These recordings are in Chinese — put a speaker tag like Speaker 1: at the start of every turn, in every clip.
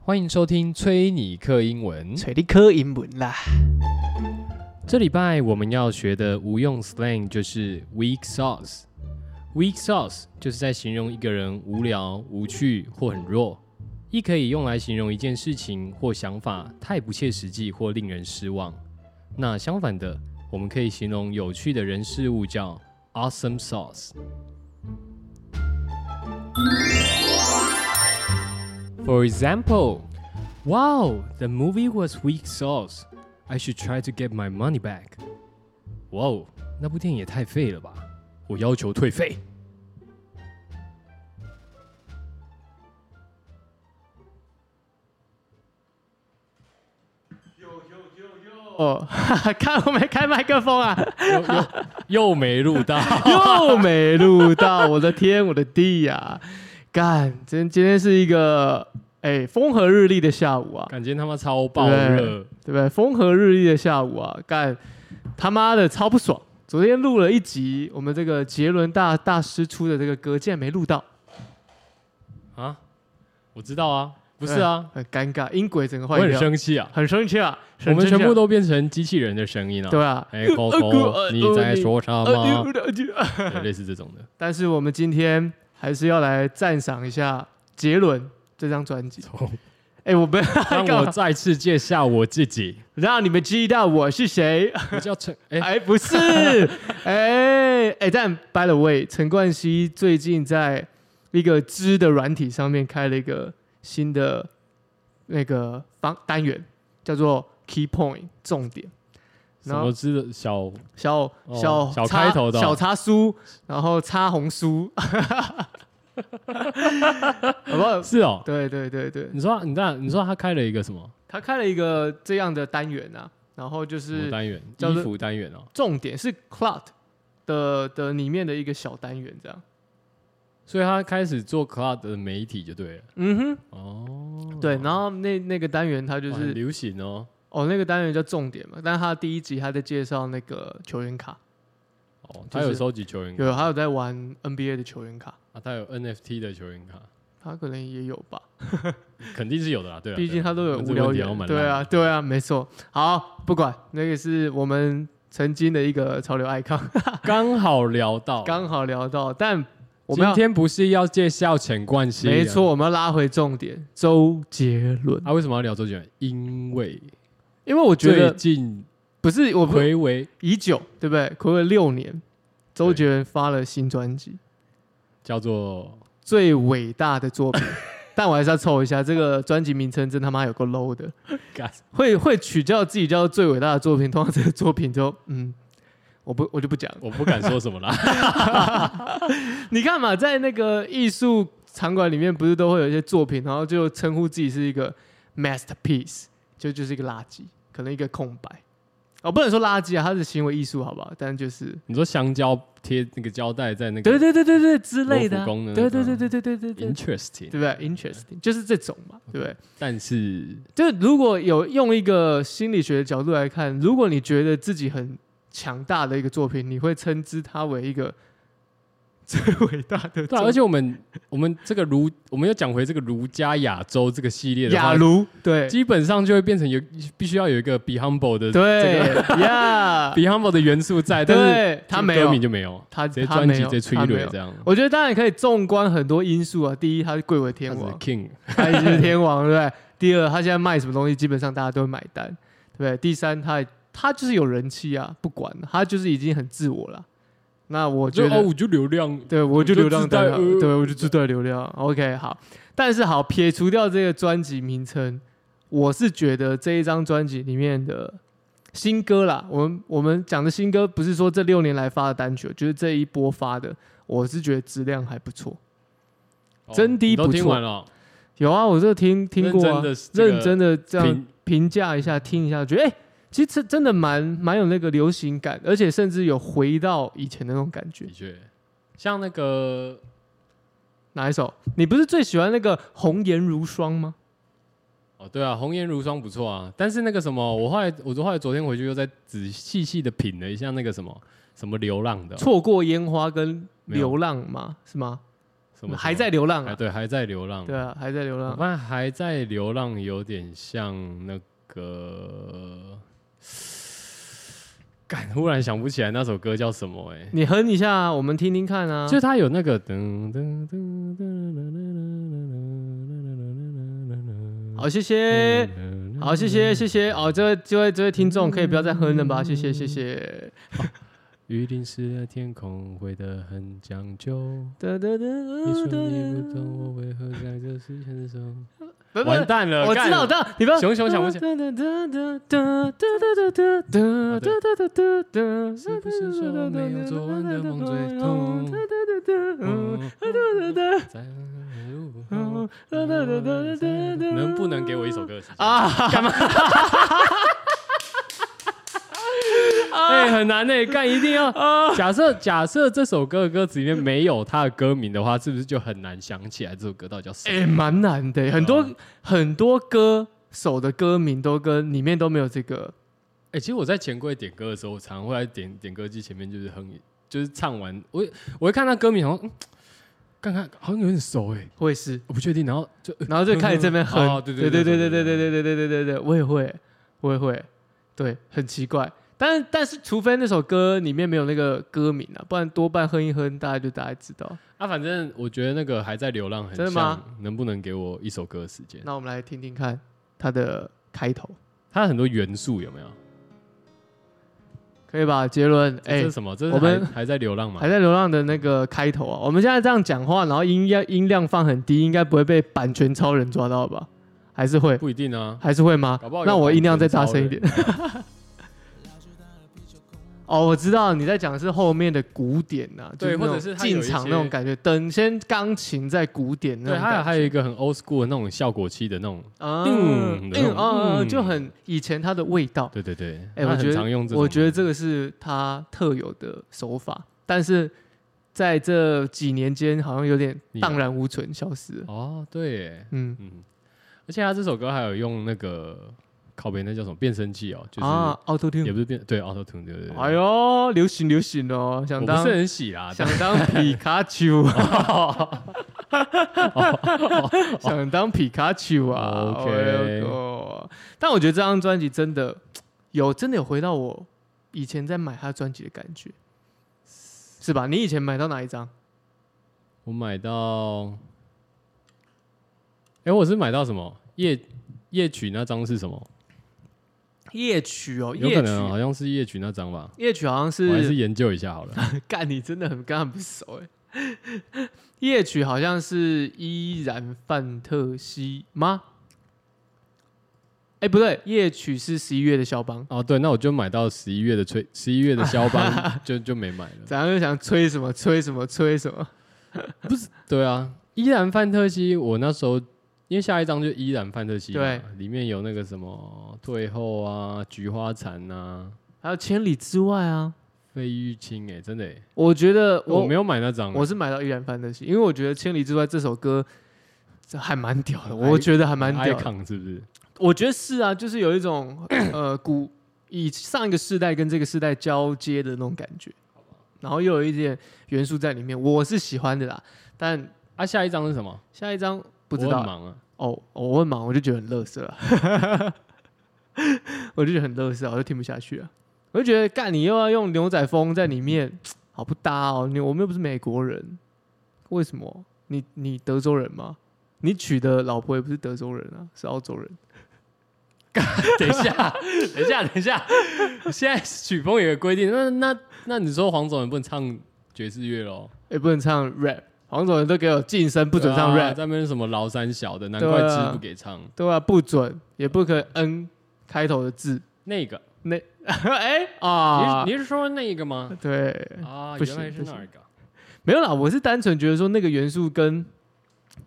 Speaker 1: 欢迎收听崔尼克英文。
Speaker 2: 找你考英文啦。
Speaker 1: 这礼拜我们要学的无用 slang 就是 weak sauce。weak sauce 就是在形容一个人无聊、无趣或很弱，亦可以用来形容一件事情或想法太不切实际或令人失望。那相反的，我们可以形容有趣的人事物叫 awesome sauce。For example, wow, the movie was weak sauce. I should try to get my money back. 哇哦，那部电影也太废了吧！我要求退费。
Speaker 2: 哦， 哈哈看我没开麦克风 啊，
Speaker 1: 又又又没录 到，
Speaker 2: 又没录到，我的天，我的地呀、干，今今天是一个哎风和日丽的下午啊，
Speaker 1: 感觉他妈超爆热。
Speaker 2: 对不对？风和日丽的下午啊，干他妈的超不爽。昨天录了一集，我们这个杰伦大大师出的这个歌，竟然没录到，
Speaker 1: 啊，我知道啊，不是啊，
Speaker 2: 很尴尬，音轨整个
Speaker 1: 我
Speaker 2: 坏
Speaker 1: 很
Speaker 2: 掉，
Speaker 1: 生气啊，
Speaker 2: 很生气啊！
Speaker 1: 我们全部
Speaker 2: 都
Speaker 1: 都变成机器人的声音了。
Speaker 2: 对啊，
Speaker 1: 哎，Coco，你在说什
Speaker 2: 呃
Speaker 1: 么？对类似这 种的，
Speaker 2: 但是我们今天还是要来赞赏一下杰伦这张专辑。哎，我们
Speaker 1: 让
Speaker 2: 干
Speaker 1: 我
Speaker 2: 嘛
Speaker 1: 再次介绍我自己，
Speaker 2: 让你们知道我是谁。
Speaker 1: 我叫 陈，哎，
Speaker 2: 哎，不是，哎哎，但 by the way，陈冠希最近在一个知的软体上面开了一个新的那个方单元，叫做 Key Point 重点。
Speaker 1: 什
Speaker 2: 然后
Speaker 1: 么知的小
Speaker 2: 小
Speaker 1: 哦
Speaker 2: 小、
Speaker 1: 小
Speaker 2: 叉
Speaker 1: 开头的哦
Speaker 2: 小叉书，然后叉红 书，好不好？
Speaker 1: 是哦。
Speaker 2: 对对对对，
Speaker 1: 你说，你知道，你说他开了一个什么
Speaker 2: 他开了一个这样的单元啊，然后就
Speaker 1: 什么
Speaker 2: 是
Speaker 1: 单元？
Speaker 2: 叫
Speaker 1: 衣
Speaker 2: 做
Speaker 1: 服单元哦。
Speaker 2: 重点是 Cloud 的的里面的一个小单元这样。
Speaker 1: 所以他开始做 cloud 的媒体就对了。
Speaker 2: 嗯
Speaker 1: 哦，
Speaker 2: 哼，对，然后那那个单元它就
Speaker 1: 哇很
Speaker 2: 是
Speaker 1: 流行哦。
Speaker 2: 哦，那个单元叫重点嘛，但是它第一集他在介绍那个球员卡，
Speaker 1: 哦，
Speaker 2: 就
Speaker 1: 他有
Speaker 2: 是
Speaker 1: 收集球员卡，
Speaker 2: 有还有在玩 NBA 的球员卡，
Speaker 1: 啊，他有 NFT 的球员卡，
Speaker 2: 他可能也有吧。
Speaker 1: 肯定是有的啦。对啊，
Speaker 2: 毕
Speaker 1: 对
Speaker 2: 竟
Speaker 1: 啊
Speaker 2: 他都有
Speaker 1: 问
Speaker 2: 无
Speaker 1: 这
Speaker 2: 聊
Speaker 1: 问题好像
Speaker 2: 源，
Speaker 1: 蛮
Speaker 2: 对
Speaker 1: 烂
Speaker 2: 啊，
Speaker 1: 的，
Speaker 2: 对啊，没错。好，不管那个是我们曾经的一个潮流 icon，
Speaker 1: 刚好聊到，
Speaker 2: 刚好聊到，但我们
Speaker 1: 今
Speaker 2: 要
Speaker 1: 天不是要介绍陈冠希，啊
Speaker 2: 没错，。我们要拉回重点，周杰伦，
Speaker 1: 啊，为什么要聊周杰伦？因为
Speaker 2: 因为我觉
Speaker 1: 最
Speaker 2: 得
Speaker 1: 近
Speaker 2: 不是我不
Speaker 1: 回违
Speaker 2: 已久，对不对？暌违六年，周
Speaker 1: 对
Speaker 2: 杰伦发了新专辑《
Speaker 1: 叫做
Speaker 2: 最伟大的作品》，但我还是要凑一下这个专辑名称，真他妈有够 low 的。
Speaker 1: God
Speaker 2: 会会取叫自己叫最伟大的作品，通常这个作品就嗯，我不我就不讲了。
Speaker 1: 我不敢说什么 啦。
Speaker 2: 你看嘛，在那个艺术场馆里面，不是都会有一些作品，然后就称呼自己是一个 masterpiece，就就是一个垃圾，可能一个空白。哦，不能说垃圾啊，它是行为艺术，好不好？但就是，
Speaker 1: 你说香蕉贴那个胶带在那
Speaker 2: 对
Speaker 1: 个
Speaker 2: 对对对对之类的啊、
Speaker 1: 罗浮宫的那
Speaker 2: 对
Speaker 1: 个
Speaker 2: 对对对对对对对，对
Speaker 1: interesting，
Speaker 2: 不对？Interesting，就是这种嘛，对不对？
Speaker 1: 但是
Speaker 2: 就是如果有用一个心理学的角度来看，如果你觉得自己很强大的一个作品，你会称之它为一个最伟大的
Speaker 1: 对
Speaker 2: 作
Speaker 1: 啊、
Speaker 2: 品，
Speaker 1: 而且我们我们这个儒，我们又讲回这个儒家亚洲这个系列的
Speaker 2: 雅
Speaker 1: 话，
Speaker 2: 茹对
Speaker 1: 基本上就会变成有必须要有一个 be humble 的
Speaker 2: 对
Speaker 1: 这个
Speaker 2: 呀
Speaker 1: be，humble 的元素在，但是
Speaker 2: 对
Speaker 1: 这
Speaker 2: 他
Speaker 1: 个
Speaker 2: 没
Speaker 1: 歌
Speaker 2: 有
Speaker 1: 名，就没有，
Speaker 2: 他
Speaker 1: 直接
Speaker 2: 他
Speaker 1: 专
Speaker 2: 没
Speaker 1: 辑
Speaker 2: 有，
Speaker 1: 直接吹
Speaker 2: 他没
Speaker 1: 蕊
Speaker 2: 有
Speaker 1: 这。样，
Speaker 2: 我觉得当然可以纵观很多因素啊。第一，他是贵为
Speaker 1: 他
Speaker 2: 天
Speaker 1: 是
Speaker 2: 王，
Speaker 1: king，
Speaker 2: 他已经是天王，对不 对？第二，他现在卖什么东西，基本上大家都会买单，对不对？第三，他也他就是有人气啊，不管他就是已经很自我了。那我觉
Speaker 1: 就
Speaker 2: 得，
Speaker 1: 哦我就流量，
Speaker 2: 对我
Speaker 1: 我就
Speaker 2: 就流量
Speaker 1: 自带
Speaker 2: 代表，
Speaker 1: 呃
Speaker 2: 对我就自带流量。OK，好，但是好，撇除掉这个专辑名称，我是觉得这一张专辑里面的新歌啦，我们我们讲的新歌不是说这六年来发的单曲，就是这一波发的，我是觉得质量还不错。
Speaker 1: 哦
Speaker 2: 真的
Speaker 1: 你都
Speaker 2: 不
Speaker 1: 听
Speaker 2: 错
Speaker 1: 完了，
Speaker 2: 有啊，我这听听过啊，
Speaker 1: 认真的
Speaker 2: 认真的这样
Speaker 1: 评
Speaker 2: 评价一下，听一下，觉得哎、其实这真的蛮蛮有那个流行感，而且甚至有回到以前的那种感觉
Speaker 1: 的。确，像那个
Speaker 2: 哪一首？你不是最喜欢那个《红颜如霜》吗？
Speaker 1: 哦对啊，红颜如霜不错啊，但是那个什么，我后来我后来昨天回去又再仔细细的品了一下那个什么什么流浪的哦，
Speaker 2: 错过烟花跟
Speaker 1: 没有
Speaker 2: 流浪嘛，是吗？
Speaker 1: 什么
Speaker 2: 还在流浪
Speaker 1: 还
Speaker 2: 啊？
Speaker 1: 对还在流浪，
Speaker 2: 对啊，还在流
Speaker 1: 我
Speaker 2: 浪。
Speaker 1: 发现还在流浪有点像那个，感忽然想不起来那首歌叫什么哎、欸
Speaker 2: 你哼一下啊，我们听听看啊。
Speaker 1: 就是它有那个噔噔噔
Speaker 2: 好，谢谢。好，谢谢谢谢哦，这位这位这位听众可以不要再哼了吧，谢谢谢谢。
Speaker 1: 雨淋湿了天空，回得很讲究。
Speaker 2: 哒哒哒
Speaker 1: 你说
Speaker 2: 哒
Speaker 1: 你不懂我为何在这世界手，
Speaker 2: 不
Speaker 1: 完蛋了，
Speaker 2: 嗯我知道，我知道，你不要。
Speaker 1: 熊熊想不起来
Speaker 2: 哒哒哒哒哒哒哒哒哒哒哒哒哒。
Speaker 1: 是不是说没有做完的梦最痛
Speaker 2: 哒哒哒哒
Speaker 1: 嗯
Speaker 2: 嗯哒哒哒哒哒哒。
Speaker 1: 能不能给我一首歌的时间？
Speaker 2: 啊？
Speaker 1: 哎、很难呢、干一定 要。
Speaker 2: 啊
Speaker 1: 假设假设这首歌的歌词里面没有它的歌名的话，是不是就很难想起来这首歌到底叫什么？
Speaker 2: 哎，蛮难的，很多
Speaker 1: 对
Speaker 2: 很多歌手的歌名都跟里面都没有这个。
Speaker 1: 哎、其实我在钱柜点歌的时候，我常常会在点点歌机前面就是哼，就是唱完，我我会看他歌名，好像嗯看看好像有点熟哎、
Speaker 2: 我也是，
Speaker 1: 我不确定，然后就
Speaker 2: 然后就开始这边哼，
Speaker 1: 哦对
Speaker 2: 对
Speaker 1: 对
Speaker 2: 对
Speaker 1: 对对
Speaker 2: 对
Speaker 1: 对
Speaker 2: 对
Speaker 1: 对
Speaker 2: 对对对对对对对，我也会，我也会，对，很奇怪。但是但是，除非那首歌里面没有那个歌名啊，不然多半哼一哼，大家就大家知道。
Speaker 1: 啊，反正我觉得那个还在流浪很
Speaker 2: 真的吗
Speaker 1: 像，能不能给我一首歌的时间？
Speaker 2: 那我们来听听看它的开头，
Speaker 1: 它很多元素有没有？
Speaker 2: 可以吧？杰伦，
Speaker 1: 哎、这
Speaker 2: 哎
Speaker 1: 是，什么？这是
Speaker 2: 我们
Speaker 1: 还还在流浪吗
Speaker 2: 还？在流浪的那个开头啊，我们现在这样讲话，然后音量音量放很低，应该不会被版权超人抓到吧？还是会，
Speaker 1: 不一定啊，
Speaker 2: 还是会吗
Speaker 1: 搞不好？有
Speaker 2: 那我音量再
Speaker 1: 版权
Speaker 2: 大声一
Speaker 1: 超
Speaker 2: 点
Speaker 1: 人。
Speaker 2: 哦，我知道你在讲的是后面的古典呐、啊，
Speaker 1: 对
Speaker 2: 就是那
Speaker 1: 或
Speaker 2: 种
Speaker 1: 者是它有
Speaker 2: 进
Speaker 1: 一
Speaker 2: 场
Speaker 1: 些
Speaker 2: 那种感觉，等先钢琴再古典那
Speaker 1: 对，
Speaker 2: 种
Speaker 1: 还有
Speaker 2: 感觉，
Speaker 1: 还有一个很 old school 的那种效果器的那种，
Speaker 2: 啊
Speaker 1: 嗯
Speaker 2: 嗯啊，
Speaker 1: 嗯
Speaker 2: 就很以前它的味道。
Speaker 1: 对对对，
Speaker 2: 哎、
Speaker 1: 它
Speaker 2: 我
Speaker 1: 很
Speaker 2: 觉
Speaker 1: 常用
Speaker 2: 得
Speaker 1: 这种
Speaker 2: 我觉得这个是它特有的手法，但是在这几年间好像有点
Speaker 1: 你
Speaker 2: 荡然无存，消失了。
Speaker 1: 哦，对耶，
Speaker 2: 嗯，
Speaker 1: 嗯，而且他这首歌还有用那个靠边那叫什么变声器哦，就是、
Speaker 2: 啊，Auto
Speaker 1: 也
Speaker 2: Tune，
Speaker 1: 不是变对哦 auto tune 对对对，
Speaker 2: 哎呦，流行流行哦，想
Speaker 1: 我
Speaker 2: 当
Speaker 1: 不是很喜啦，
Speaker 2: 想 当皮卡丘，
Speaker 1: 哦
Speaker 2: 想当皮卡丘啊
Speaker 1: 哦 OK
Speaker 2: 哎呦但我觉得这张专辑真的有真的有回到我以前在买他专辑的感觉，是吧？你以前买到哪一张？
Speaker 1: 我买到，哎、我是买到什么夜夜曲那张是什么？
Speaker 2: 夜曲哦，
Speaker 1: 有可
Speaker 2: 夜
Speaker 1: 能
Speaker 2: 曲，
Speaker 1: 好像是夜曲那张吧，
Speaker 2: 夜曲好像
Speaker 1: 我还
Speaker 2: 是
Speaker 1: 是研究一下好了。
Speaker 2: 干你真的很跟他不熟哎。 夜曲好像是依然范特西吗？哎、不对，夜曲是十一月的肖邦。
Speaker 1: 哦，对，那我就买到十一月的吹，十一月 的肖邦就就没买了。
Speaker 2: 怎样又想吹什么吹什么吹什么？
Speaker 1: 对啊，依然范特西，我那时候因为下一张就依然范特西，
Speaker 2: 对，
Speaker 1: 里面有那个什么退后啊、菊花残啊、
Speaker 2: 还有千里之外啊！
Speaker 1: 费玉清、欸，哎，真的、欸，
Speaker 2: 我觉得
Speaker 1: 我
Speaker 2: 我
Speaker 1: 没有买那张、欸
Speaker 2: 我是买到依然范特西，因为我觉得千里之外这首歌这还蛮屌的，
Speaker 1: 很
Speaker 2: 我觉得还蛮屌的。
Speaker 1: icon 是不是？
Speaker 2: 我觉得是啊，就是有一种 呃古以上一个世代跟这个世代交接的那种感觉，然后又有一点元素在里面，我是喜欢的啦。但
Speaker 1: 啊，下一张是什么？
Speaker 2: 下一张不知
Speaker 1: 我
Speaker 2: 道
Speaker 1: 很忙啊。
Speaker 2: 哦，我问忙我就觉得很乐色，啊 我就觉得很乐色，啊我就听不下去了。我就觉得干你又要用牛仔风在里面，好不搭哦。你我们又不是美国人，为什么？你你德州人吗？你娶的老婆也不是德州人啊，是澳洲人。
Speaker 1: 等一下，等一下，等一下，现在曲风有个规定，那那那你说黄总也不能唱爵士乐喽？
Speaker 2: 也哎不能唱 rap，黄种人都给我晋升，不准唱
Speaker 1: 对啊
Speaker 2: rap，
Speaker 1: 在那边什么崂山小的，难
Speaker 2: 对啊
Speaker 1: 怪吃不给唱
Speaker 2: 对吧、不准，也不可以 n 开头的字。
Speaker 1: 那个。
Speaker 2: 那哎
Speaker 1: 你
Speaker 2: 啊
Speaker 1: 是，你是说那个吗？
Speaker 2: 对，
Speaker 1: 啊，
Speaker 2: 不行
Speaker 1: 原来是
Speaker 2: 不行
Speaker 1: 那个。
Speaker 2: 没有啦，我是单纯觉得说那个元素跟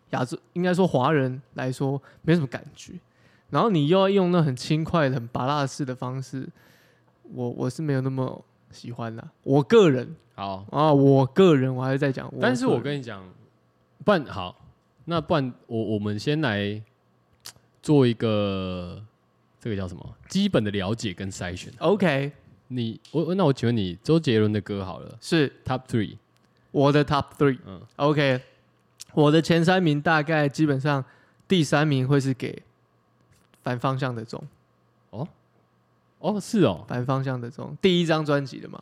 Speaker 2: 亚洲，应该说华人来说没什么感觉，然后你又要用那很轻快的、很拔辣式的方式，我我是没有那么喜欢啦。我个人
Speaker 1: 好，
Speaker 2: 啊，我个人我还是在讲，
Speaker 1: 但是
Speaker 2: 个
Speaker 1: 我
Speaker 2: 人
Speaker 1: 跟你讲，不然好，那不然我我们先来做一个这个叫什么基本的了解跟筛选。
Speaker 2: OK
Speaker 1: 你我那我请问你，周杰伦的歌好了
Speaker 2: 是
Speaker 1: ，Top Three，
Speaker 2: 我的 Top Three，
Speaker 1: 嗯
Speaker 2: OK，我的前三名大概基本上第三名会是给反方向的钟，
Speaker 1: 哦，是哦，
Speaker 2: 反方向的钟，第一张专辑的嘛，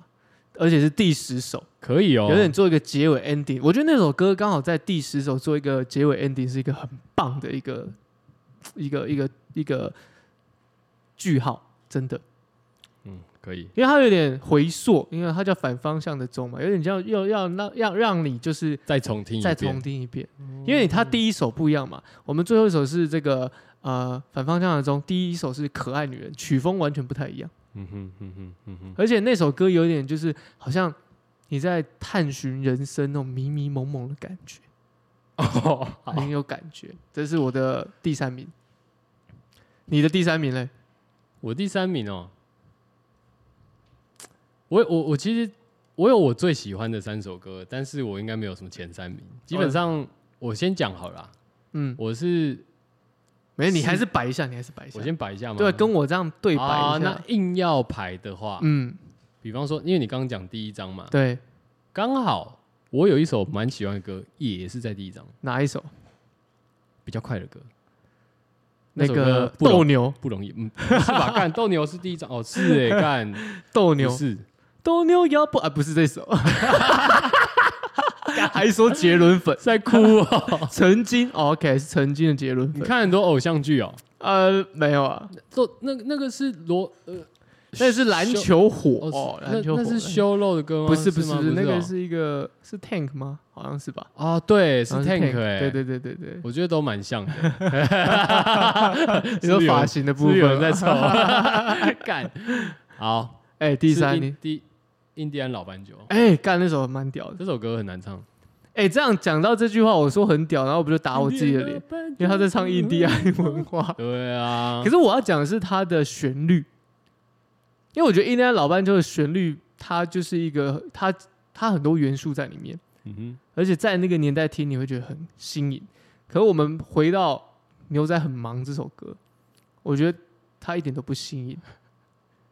Speaker 2: 而且是第十首，
Speaker 1: 可以哦，
Speaker 2: 有点做一个结尾 ending。我觉得那首歌刚好在第十首做一个结尾 ending，是一个很棒的一个一个一个一个句号，真的。
Speaker 1: 嗯，可以，
Speaker 2: 因为它有点回溯，因为它叫反方向的钟嘛，有点像要要让让让你就是
Speaker 1: 再重听一
Speaker 2: 再
Speaker 1: 遍，
Speaker 2: 重听一遍，因为它第一首不一样嘛。我们最后一首是这个呃反方向的钟，第一首是可爱女人，曲风完全不太一样，
Speaker 1: 嗯哼嗯哼嗯哼，
Speaker 2: 而且那首歌有点就是好像你在探寻人生那种迷迷蒙蒙的感觉，
Speaker 1: 哦，好
Speaker 2: 很有感觉。这是我的第三名，你的第三名嘞？
Speaker 1: 我第三名哦，我我我其实我有我最喜欢的三首歌，但是我应该没有什么前三名。基本上我先讲好了啦，
Speaker 2: 哦嗯，
Speaker 1: 我是
Speaker 2: 没，你
Speaker 1: 是
Speaker 2: 还是摆一下，你还是摆一下
Speaker 1: 我，先摆一下嘛，
Speaker 2: 对，跟我这样对摆
Speaker 1: 啊，
Speaker 2: 一下
Speaker 1: 那，硬要排的话，
Speaker 2: 嗯，
Speaker 1: 比方说，因为你刚刚讲第一张嘛，
Speaker 2: 对，
Speaker 1: 刚好我有一首蛮喜欢的歌，也是在第一张，
Speaker 2: 哪一首？
Speaker 1: 比较快的歌。
Speaker 2: 那
Speaker 1: 首
Speaker 2: 个
Speaker 1: 歌不容
Speaker 2: 斗牛，
Speaker 1: 不容易，嗯，不是 吧？干斗牛是第一张哦，是哎、干
Speaker 2: 斗
Speaker 1: 不
Speaker 2: 牛，
Speaker 1: 是
Speaker 2: 斗牛要不啊，不是这首， 还说杰伦粉，
Speaker 1: 在哭哦。
Speaker 2: 曾经、哦、，OK，是曾经的杰伦
Speaker 1: 你
Speaker 2: 粉，
Speaker 1: 看很多偶像剧哦，
Speaker 2: 呃，没有啊，
Speaker 1: 做那个那个是罗呃，
Speaker 2: 那是篮球火
Speaker 1: 哦
Speaker 2: 哦，，
Speaker 1: 是
Speaker 2: 篮球
Speaker 1: 那那
Speaker 2: 火
Speaker 1: 是修肉的歌吗？
Speaker 2: 不是不
Speaker 1: 不
Speaker 2: 是
Speaker 1: 吗
Speaker 2: 那个
Speaker 1: 哦
Speaker 2: 是一个是 Tank 吗？好像哦是吧，
Speaker 1: 啊，对，是
Speaker 2: 好像
Speaker 1: Tank 哎，
Speaker 2: 对，对对对对，
Speaker 1: 我觉得都蛮像 的。
Speaker 2: 你
Speaker 1: 哦是
Speaker 2: 说
Speaker 1: 不是有
Speaker 2: 发
Speaker 1: 人
Speaker 2: 型的
Speaker 1: 是
Speaker 2: 部
Speaker 1: 不是有人
Speaker 2: 分
Speaker 1: 在
Speaker 2: 吗，
Speaker 1: 抽， 干好，
Speaker 2: 哎， 第
Speaker 1: 是
Speaker 2: 三
Speaker 1: 印
Speaker 2: 名，
Speaker 1: 第印第安老斑鸠
Speaker 2: 哎，干那首蛮屌的，
Speaker 1: 这首歌很难唱，
Speaker 2: 哎，这样讲到这句话，我说很屌，然后我不就打我自己的脸，，因为他在唱印第安文化。
Speaker 1: 对啊
Speaker 2: 可，是我要讲的是它的旋律，因为我觉得《印第安老斑鸠》的旋律，它就是一个它它很多元素在里面，
Speaker 1: 嗯哼，
Speaker 2: 而且在那个年代听你会觉得很新颖。可是我们回到《牛仔很忙》这首歌，我觉得它一点都不新颖，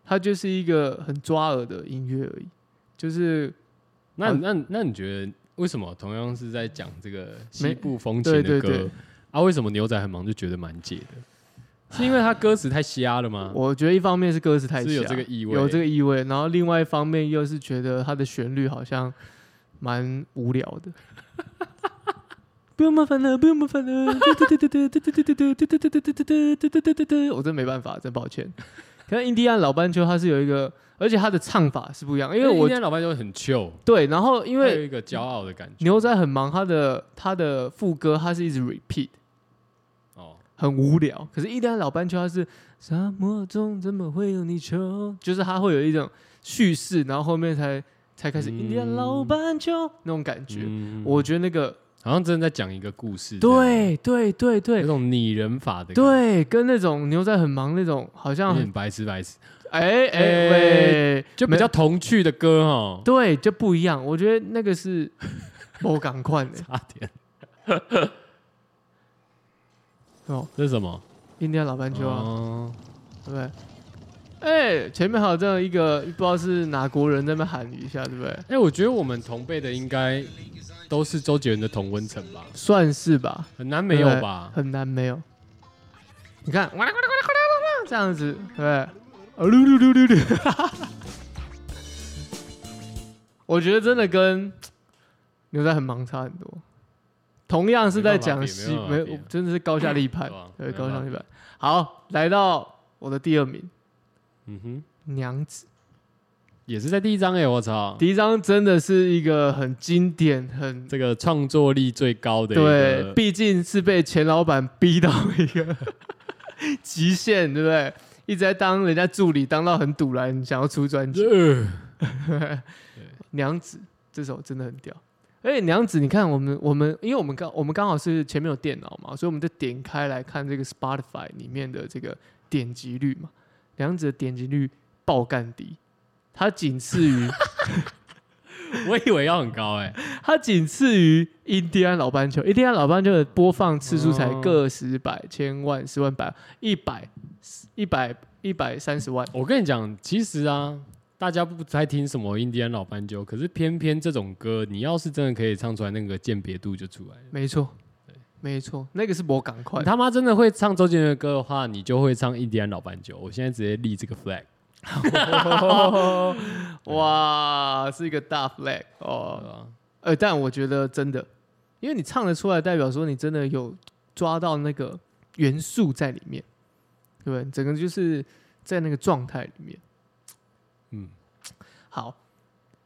Speaker 2: 它就是一个很抓耳的音乐而已。就是
Speaker 1: 那
Speaker 2: 好
Speaker 1: 那那你觉得为什么同样是在讲这个西
Speaker 2: 没
Speaker 1: 部风情的
Speaker 2: 对对
Speaker 1: 歌
Speaker 2: 对
Speaker 1: 啊？为什么牛仔很忙就觉得蛮解的？是因为他歌词太瞎了吗？
Speaker 2: 我觉得一方面是歌词太
Speaker 1: 是有
Speaker 2: 瞎
Speaker 1: 这个意味
Speaker 2: 有这个意味，然后另外一方面又是觉得它的旋律好像蛮无聊的。不用麻烦了，不用麻烦了，我真没办法，真抱歉。可是印第安老斑鸠它是有一个，而且它的唱法是不一样，因为
Speaker 1: 今
Speaker 2: 我
Speaker 1: 天老板就很 chill，
Speaker 2: 对，然后因
Speaker 1: 他
Speaker 2: 为
Speaker 1: 有一个骄傲的感觉
Speaker 2: 牛仔很忙，他的他的副歌他是一直 repeat，
Speaker 1: 哦，
Speaker 2: 很无聊。可是，一旦老斑鸠它是沙漠中怎么会有你球？就是它会有一种叙事，然后后面才才开始
Speaker 1: 嗯
Speaker 2: 一旦老斑鸠那种感觉。
Speaker 1: 嗯
Speaker 2: 我觉得那个
Speaker 1: 好像真的在讲一个故事，
Speaker 2: 对对对
Speaker 1: 这样，有
Speaker 2: 对
Speaker 1: 种拟人法的，，
Speaker 2: 对，跟那种牛仔很忙那种，好像
Speaker 1: 有
Speaker 2: 很
Speaker 1: 点白痴白痴，
Speaker 2: 哎哎
Speaker 1: 哎
Speaker 2: 喂，
Speaker 1: 就比较童趣的歌哦，
Speaker 2: 对就不一样。我觉得那 个是我赶快的
Speaker 1: 差点，
Speaker 2: 哦，
Speaker 1: 这是什么？
Speaker 2: 印第安老斑鸠啊，
Speaker 1: 哦
Speaker 2: 对不对？哎，前面还有这样一个不知道是哪国人在那边喊一下，对不对？
Speaker 1: 哎，我觉得我们同辈的应该都是周杰伦的同温层吧，
Speaker 2: 算是吧，
Speaker 1: 很难没有吧？
Speaker 2: 很难没有。啊你看，哇啦哇啦哇啦哇啦这样子，对不对，啊噜噜噜噜噜， 我觉得真的跟牛仔很忙差很多。同样是在讲西
Speaker 1: 没办，法比
Speaker 2: 没
Speaker 1: 没办法
Speaker 2: 有
Speaker 1: 比啊，
Speaker 2: 真的是高下立判
Speaker 1: 对啊，
Speaker 2: 对，
Speaker 1: 没办
Speaker 2: 高
Speaker 1: 法
Speaker 2: 下立判。好，来到我的第二名，
Speaker 1: 嗯哼，
Speaker 2: 娘子。
Speaker 1: 也是在第一张哎，我操，
Speaker 2: 第一张真的是一个很经典，很
Speaker 1: 这个创作力最高的一
Speaker 2: 对，
Speaker 1: 个，
Speaker 2: 毕竟是被钱老板逼到一个极限，对不对？一直在当人家助理，当到很堵然，想要出专辑。
Speaker 1: 呃
Speaker 2: 娘子这首真的很屌，而且娘子，你看我们我们，因为我们刚我们刚好是前面有电脑嘛，所以我们就点开来看这个 Spotify 里面的这个点击率嘛，娘子的点击率爆干低，它仅次于
Speaker 1: 我以为要很高哎，
Speaker 2: 它仅次于印第安老斑鸠，印第安老斑鸠的播放次数才
Speaker 1: 哦
Speaker 2: 个十百千万十万百一百一百一百三十万，
Speaker 1: 我跟你讲，其实啊，大家不太听什么印第安老斑鸠，可是偏偏这种歌，你要是真的可以唱出来，那个鉴别度就出来了。
Speaker 2: 没错，没错，那个是我赶快
Speaker 1: 你。他妈真的会唱周杰伦的歌的话，你就会唱印第安老斑鸠。我现在直接立这个 flag。
Speaker 2: 哇，是一个大 flag
Speaker 1: 对
Speaker 2: 哦。
Speaker 1: 吧
Speaker 2: 呃，但我觉得真的，因为你唱得出来，代表说你真的有抓到那个元素在里面，对不对？你整个就是在那个状态里面。
Speaker 1: 嗯，
Speaker 2: 好，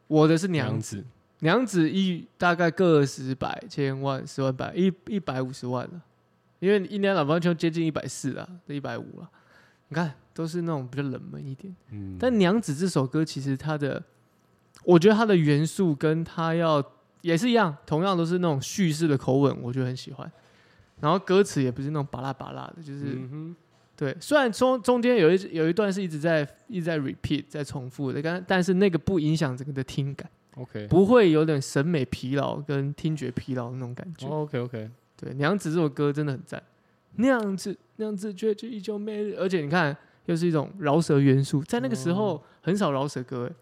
Speaker 2: 我的是娘
Speaker 1: 娘
Speaker 2: 子，
Speaker 1: 子，
Speaker 2: 娘子一大概个十百千万十万百一一百五十万了，因为一年老棒球接近一百四啊，一百五了。你看，都是那种比较冷门一点。
Speaker 1: 嗯，
Speaker 2: 但《娘子》这首歌其实它的，我觉得它的元素跟它要也是一样，同样都是那种叙事的口吻，我觉得很喜欢。然后歌词也不是那种巴拉巴拉的，就是、
Speaker 1: 嗯哼
Speaker 2: 对。虽然中中间有一有一段是一直在一直在 repeat 在重复的，但但是那个不影响整个的听感，
Speaker 1: ，OK，
Speaker 2: 不会有点审美疲劳跟听觉疲劳那种感觉。
Speaker 1: o k OK，
Speaker 2: 对，《娘子》这首歌真的很赞，那样子那样子却却依旧美丽，而且你看，又是一种饶舌元素，在那个时
Speaker 1: 哦
Speaker 2: 候很少饶舌歌，欸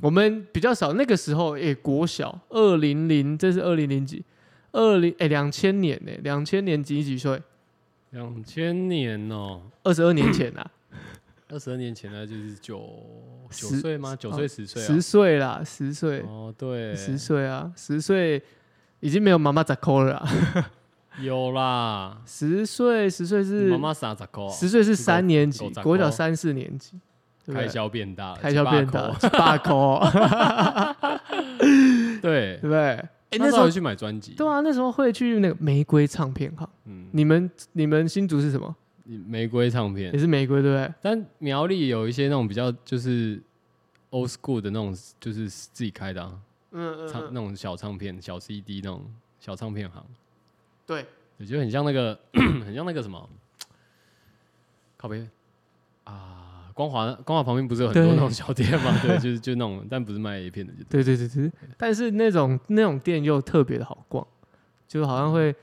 Speaker 2: 我们比较少。那个时候，哎、国小二零零，这是二零零几，二零哎两千年呢、两千年几几岁？
Speaker 1: 两千年哦，
Speaker 2: 二十二年前 啊，
Speaker 1: 二十二年前呢，就是九九
Speaker 2: 十哦
Speaker 1: 岁吗？九岁十岁
Speaker 2: 十岁啦，十岁
Speaker 1: 啊？，哦，对，
Speaker 2: 十岁啊，十岁已经没有妈妈咋抠了啊，
Speaker 1: 有啦，
Speaker 2: 十岁十岁是
Speaker 1: 妈妈傻咋扣，
Speaker 2: 十岁是三年级
Speaker 1: 狗，杂
Speaker 2: 国小
Speaker 1: 抠
Speaker 2: 三四年级，对不对
Speaker 1: 哦开销变大了，
Speaker 2: 开销变大
Speaker 1: 18，
Speaker 2: 八口，
Speaker 1: 扣，对
Speaker 2: 对，不对？哎，
Speaker 1: 那
Speaker 2: 那
Speaker 1: 时
Speaker 2: 时候
Speaker 1: 候去买专辑，
Speaker 2: 对啊，那时候会去那个玫瑰唱片行。
Speaker 1: 嗯，
Speaker 2: 你们你们新竹是什么？
Speaker 1: 玫瑰唱片
Speaker 2: 也，是玫瑰，对不对？
Speaker 1: 但苗栗有一些那种比较就是 old school 的那种，就是自己开的、啊，
Speaker 2: 嗯
Speaker 1: 唱那种小唱片、小 CD 那种小唱片行，
Speaker 2: 对，
Speaker 1: 我觉得很像那个， 很像那个什么，靠北啊，光华光华旁边不是有很多
Speaker 2: 对
Speaker 1: 那种小店吗？对，就是就那种，但不是卖 A 片的，就
Speaker 2: 对对对对。但是那种那种店又特别的好逛，就好像会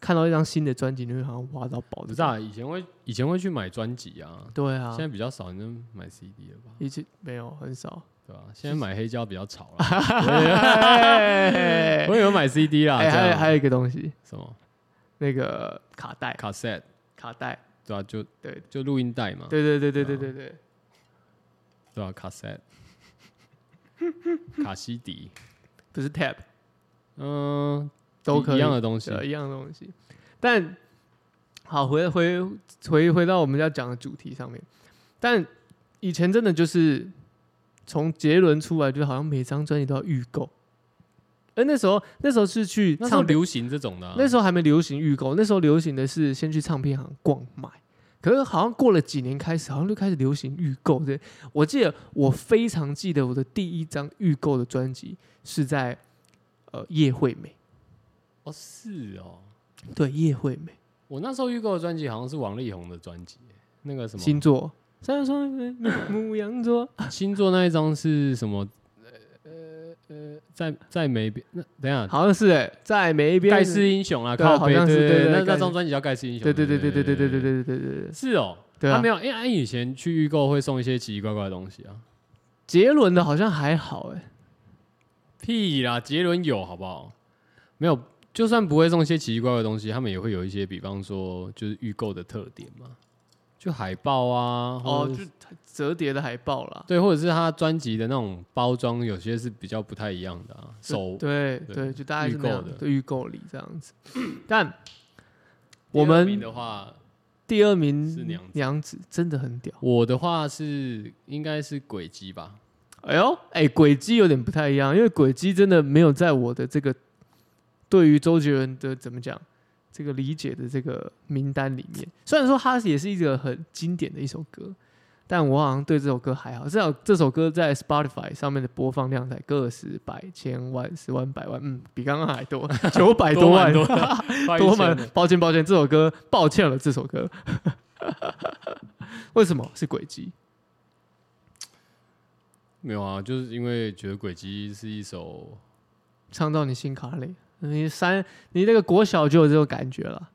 Speaker 2: 看到一张新的专辑，你会好像挖到宝
Speaker 1: 我
Speaker 2: 的
Speaker 1: 不知。道以前会以前会去买专辑啊，
Speaker 2: 对啊
Speaker 1: 现，在比较少人买 CD 了吧？
Speaker 2: 以前没有很 少。
Speaker 1: 对吧、现在买黑胶比较潮了，
Speaker 2: 哎，
Speaker 1: 我有买 CD 啦，这
Speaker 2: 还有
Speaker 1: 样
Speaker 2: 还有一个东西，
Speaker 1: 什么
Speaker 2: 那个卡带，
Speaker 1: cassette
Speaker 2: 卡带，
Speaker 1: 对吧、就
Speaker 2: 对
Speaker 1: 就录音带嘛，
Speaker 2: 对对对对对
Speaker 1: 嗯
Speaker 2: 对对，
Speaker 1: 对吧、cassette 卡西迪，
Speaker 2: 不是 tab
Speaker 1: 嗯，
Speaker 2: 都可以
Speaker 1: 一样的东西，
Speaker 2: 对一样的东西。但好，回回回回到我们要讲的主题上面。但以前真的就是从杰伦出来，就好像每张专辑都要预购。而那时候，那时候是去
Speaker 1: 那时候
Speaker 2: 唱片，
Speaker 1: 流行这种的、啊，
Speaker 2: 那时候还没流行预购，那时候流行的是先去唱片行逛买。可是好像过了几年开始，好像就开始流行预购这。我记得我非常记得我的第一张预购的专辑是在呃叶惠美，
Speaker 1: 哦是哦，
Speaker 2: 对叶惠美。
Speaker 1: 我那时候预购的专辑好像是王力宏的专辑，那个什么
Speaker 2: 星座，三双母羊座，
Speaker 1: 星座那一张是什么？呃呃呃，在在没边那等一下
Speaker 2: 好像是哎、在每一边
Speaker 1: 盖世英雄啦，
Speaker 2: 对啊
Speaker 1: 靠
Speaker 2: 好
Speaker 1: 背
Speaker 2: 像是
Speaker 1: 对
Speaker 2: 对对
Speaker 1: 那
Speaker 2: 对
Speaker 1: 那张专辑叫盖世英雄，
Speaker 2: 对对对对对对对对对对对对对，
Speaker 1: 是哦，
Speaker 2: 对啊
Speaker 1: 他没有，因为安以前去预购会送一些奇奇怪怪的东西啊，
Speaker 2: 杰伦的好像还好哎、
Speaker 1: 屁啦，杰伦有好不好？没有，就算不会送一些奇奇怪怪的东西，他们也会有一些，比方说就是预购的特点嘛，就海报啊，或
Speaker 2: 哦，
Speaker 1: 者
Speaker 2: 就折叠的海报啦，
Speaker 1: 对，或者是他专辑的那种包装，有些是比较不太一样的啊，手
Speaker 2: 对
Speaker 1: 对
Speaker 2: 对，就大概是那样
Speaker 1: 预购的
Speaker 2: 对预购礼这样子。但
Speaker 1: 第二
Speaker 2: 我
Speaker 1: 名
Speaker 2: 们
Speaker 1: 的话，
Speaker 2: 第二名
Speaker 1: 是娘子
Speaker 2: 娘子真的很屌，
Speaker 1: 我的话是应该是轨迹吧，
Speaker 2: 哎呦哎，轨迹有点不太一样，因为轨迹真的没有在我的这个对于周杰伦的怎么讲。这个理解的这个名单里面，虽然说它也是一个很经典的一首歌，但我好像对这首歌还好。这首这首歌在 Spotify 上面的播放量才个十百千万十万百万，嗯，比刚刚还多，九百 多万，
Speaker 1: 多
Speaker 2: 多
Speaker 1: 多
Speaker 2: 蛮
Speaker 1: 蛮
Speaker 2: 抱歉抱歉，这首歌抱歉了，这首歌 为什么是轨迹？
Speaker 1: 没有啊，就是因为觉得轨迹是一首
Speaker 2: 唱到你心卡里，你三你那个国小就有这种感 觉了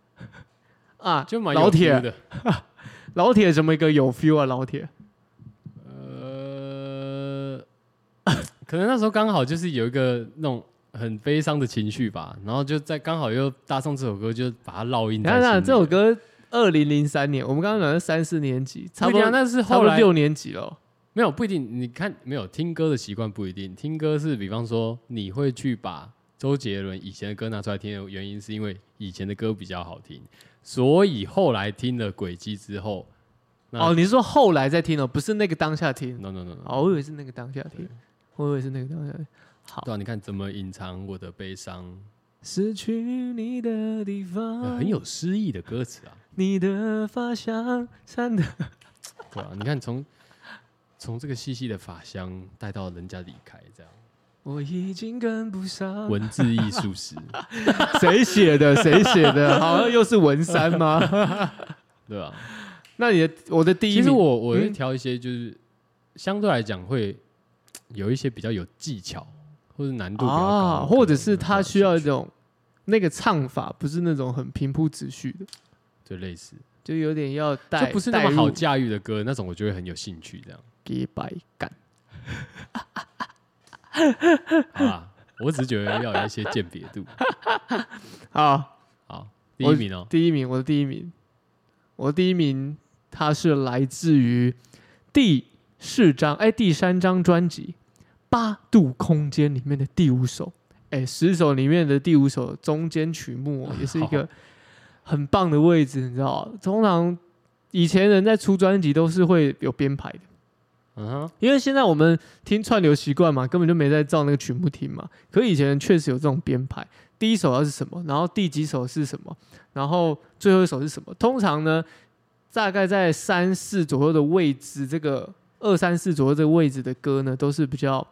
Speaker 2: 啊！
Speaker 1: 就蛮有
Speaker 2: 老铁
Speaker 1: feel 的，
Speaker 2: 老铁怎么一个有 feel 啊？老铁，
Speaker 1: 呃， 可能那时候刚好就是有一个那种很悲伤的情绪吧，然后就在刚好又搭上这首歌，就把它烙印
Speaker 2: 你
Speaker 1: 在心
Speaker 2: 看
Speaker 1: 里。
Speaker 2: 看这首歌，二零零三年，我们刚刚讲的三四年级，差不
Speaker 1: 一定
Speaker 2: 多
Speaker 1: 啊那是
Speaker 2: 差不
Speaker 1: 后
Speaker 2: 多
Speaker 1: 来
Speaker 2: 六年级了。
Speaker 1: 没有不一定。你看没有听歌的习惯不一定，听歌是比方说你会去把周杰伦以前的歌拿出来听的原因，是因为以前的歌比较好听，所以后来听了《轨迹》之后，那
Speaker 2: 哦，你是说后来再听哦，不是那个当下听。
Speaker 1: no no no no，
Speaker 2: 哦，我以为是那个当下听，我以为是那个当下听。好，
Speaker 1: 对啊，你看怎么隐藏我的悲伤，
Speaker 2: 失去你的地
Speaker 1: 呃
Speaker 2: 方，
Speaker 1: 很有诗意的歌词啊，
Speaker 2: 你的发香，散的。
Speaker 1: 对啊，你看从从这个细细的发香带到人家离开，这样
Speaker 2: 我已经跟不上。
Speaker 1: 文字艺术史，
Speaker 2: 谁写的？谁写的？好像又是文山吗？
Speaker 1: 对吧、
Speaker 2: 那你的我的 第一
Speaker 1: 其
Speaker 2: 名，
Speaker 1: 实我我会
Speaker 2: 嗯
Speaker 1: 挑一些就是相对来讲会有一些比较有技巧或者难度比较高的
Speaker 2: 啊，
Speaker 1: 歌，
Speaker 2: 或者是他
Speaker 1: 我
Speaker 2: 需要一
Speaker 1: 比较有兴
Speaker 2: 种那个唱法，不是那种很平铺直叙的，
Speaker 1: 趣对类似
Speaker 2: 就有点要带，
Speaker 1: 就不是那么好驾驭的歌，那种我就会很有兴趣这样。
Speaker 2: 给白感。
Speaker 1: 好啦，我只是觉得要有一些鉴别度。
Speaker 2: 好，
Speaker 1: 好，第一名哦、
Speaker 2: 第一名，我的第一名，我的第一名，它是来自于第四张，哎，第三张专辑《八度空间》里面的第五首，哎，十首里面的第五首中间曲目、哦，也是一个很棒的位置，你知道吗？通常以前人在出专辑都是会有编排的。
Speaker 1: 嗯哼，
Speaker 2: 因为现在我们听串流习惯嘛，根本就没在照那个曲目听嘛。可以前确实有这种编排，第一首要是什么，然后第几首是什么，然后最后一首是什么。通常呢，大概在三四左右的位置，这个二三四左右这个位置的歌呢，都是比较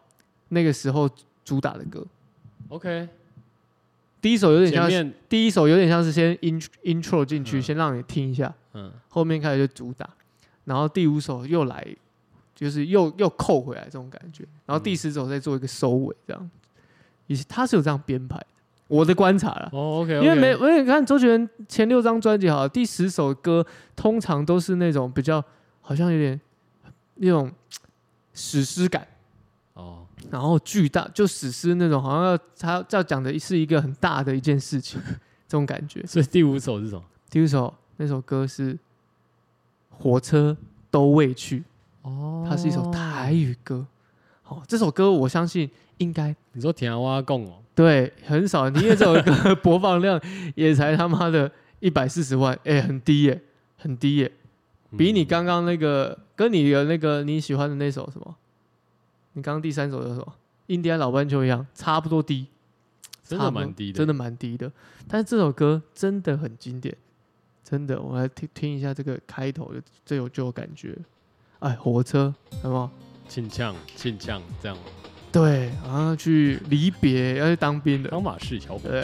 Speaker 2: 那个时候主打的歌。
Speaker 1: ，OK，
Speaker 2: 第一首有点
Speaker 1: 前
Speaker 2: 像是，
Speaker 1: 面
Speaker 2: 第一首有点像是先 intro intro 进去，
Speaker 1: 嗯
Speaker 2: 先让你听一下，
Speaker 1: 嗯
Speaker 2: 后面开始就主打，然后第五首又来，就是又又扣回来这种感觉，然后第十首再做一个收尾，这样，也是他是有这样编排的，我的观察啦。
Speaker 1: 哦 OK，
Speaker 2: 因为没，因为你看周杰伦前六张专辑好了，第十首歌通常都是那种比较好像有点那种史诗感，
Speaker 1: 哦，
Speaker 2: 然后巨大就史诗那种，好像要他要讲的是一个很大的一件事情，这种感觉。
Speaker 1: 所以第五首是什么？
Speaker 2: 第一首那首歌是《火车都未去》，
Speaker 1: 哦
Speaker 2: 它是一首台，语歌。哦，这首歌我相信应该
Speaker 1: 你说田蛙贡哦，
Speaker 2: 对很少人听，因为这首歌播放量也才他妈的一百四十万，哎、很低耶、很低耶、比你
Speaker 1: 嗯
Speaker 2: 刚刚那个跟你的那个你喜欢的那首什么，你刚刚第三首有什么《印第安老斑鸠》一样，差不多低。
Speaker 1: 真
Speaker 2: 差
Speaker 1: 的
Speaker 2: 不多
Speaker 1: 蛮低的，
Speaker 2: 真的蛮低的。但是这首歌真的很经典，真的，我来听听一下这个开头的，最有就有感觉。哎，火车，好不好？
Speaker 1: 庆呛庆呛这样，
Speaker 2: 对，然后去离别，要去当兵的，
Speaker 1: 当马士小伙
Speaker 2: 对，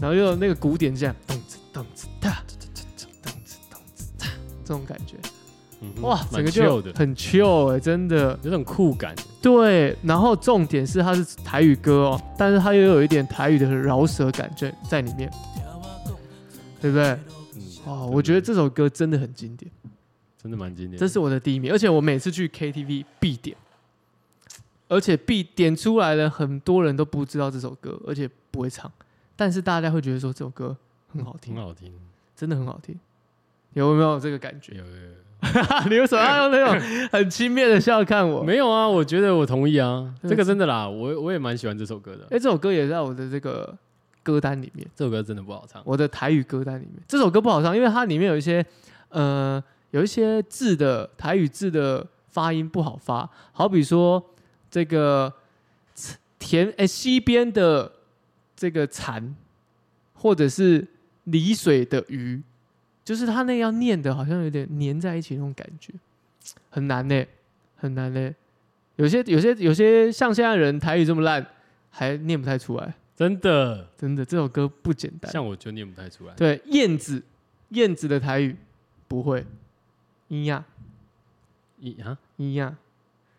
Speaker 2: 然后又有那个鼓点这样，咚子咚子哒，咚子咚子哒，这种感觉，
Speaker 1: 嗯哼
Speaker 2: 哇，整
Speaker 1: 蛮
Speaker 2: 个
Speaker 1: chill
Speaker 2: 就
Speaker 1: 的，
Speaker 2: 很 chill 哎、真的。
Speaker 1: 有种酷感，
Speaker 2: 对，然后重点是它是台语歌哦，但是它又有一点台语的饶舌感觉在里面，对不对？
Speaker 1: 嗯，
Speaker 2: 哇，
Speaker 1: 对
Speaker 2: 哦我觉得这首歌真的很经典，
Speaker 1: 真的蛮经典的，
Speaker 2: 这是我的第一名，而且我每次去 KTV 必点，而且必点出来了，很多人都不知道这首歌，而且不会唱，但是大家会觉得说这首歌很好
Speaker 1: 挺
Speaker 2: 听，
Speaker 1: 好听，
Speaker 2: 真的很好听，有没有这个感 觉？
Speaker 1: 有有有，
Speaker 2: 你为什么要用那种很轻蔑的笑看我？
Speaker 1: 没有啊？我觉得我同意啊，
Speaker 2: 对
Speaker 1: 这个真的啦，我我也蛮喜欢这首歌的
Speaker 2: 哎、，这首歌也在我的这个歌单里面，
Speaker 1: 这首歌真的不好唱，
Speaker 2: 我的台语歌单里面，这首歌不好唱，因为它里面有一些呃有一些字的台语字的发音不好发，好比说这个田哎、西边的这个蝉，或者是离水的鱼，就是它那个要念的好像有点粘在一起那种感觉，很难呢、很难呢、欸有些有些有些像现在人台语这么烂，还念不太出来，
Speaker 1: 真的，
Speaker 2: 真的这首歌不简单。
Speaker 1: 像我就念不太出来，
Speaker 2: 对，燕子，燕子的台语不会，咿呀
Speaker 1: 一啊
Speaker 2: 咿呀，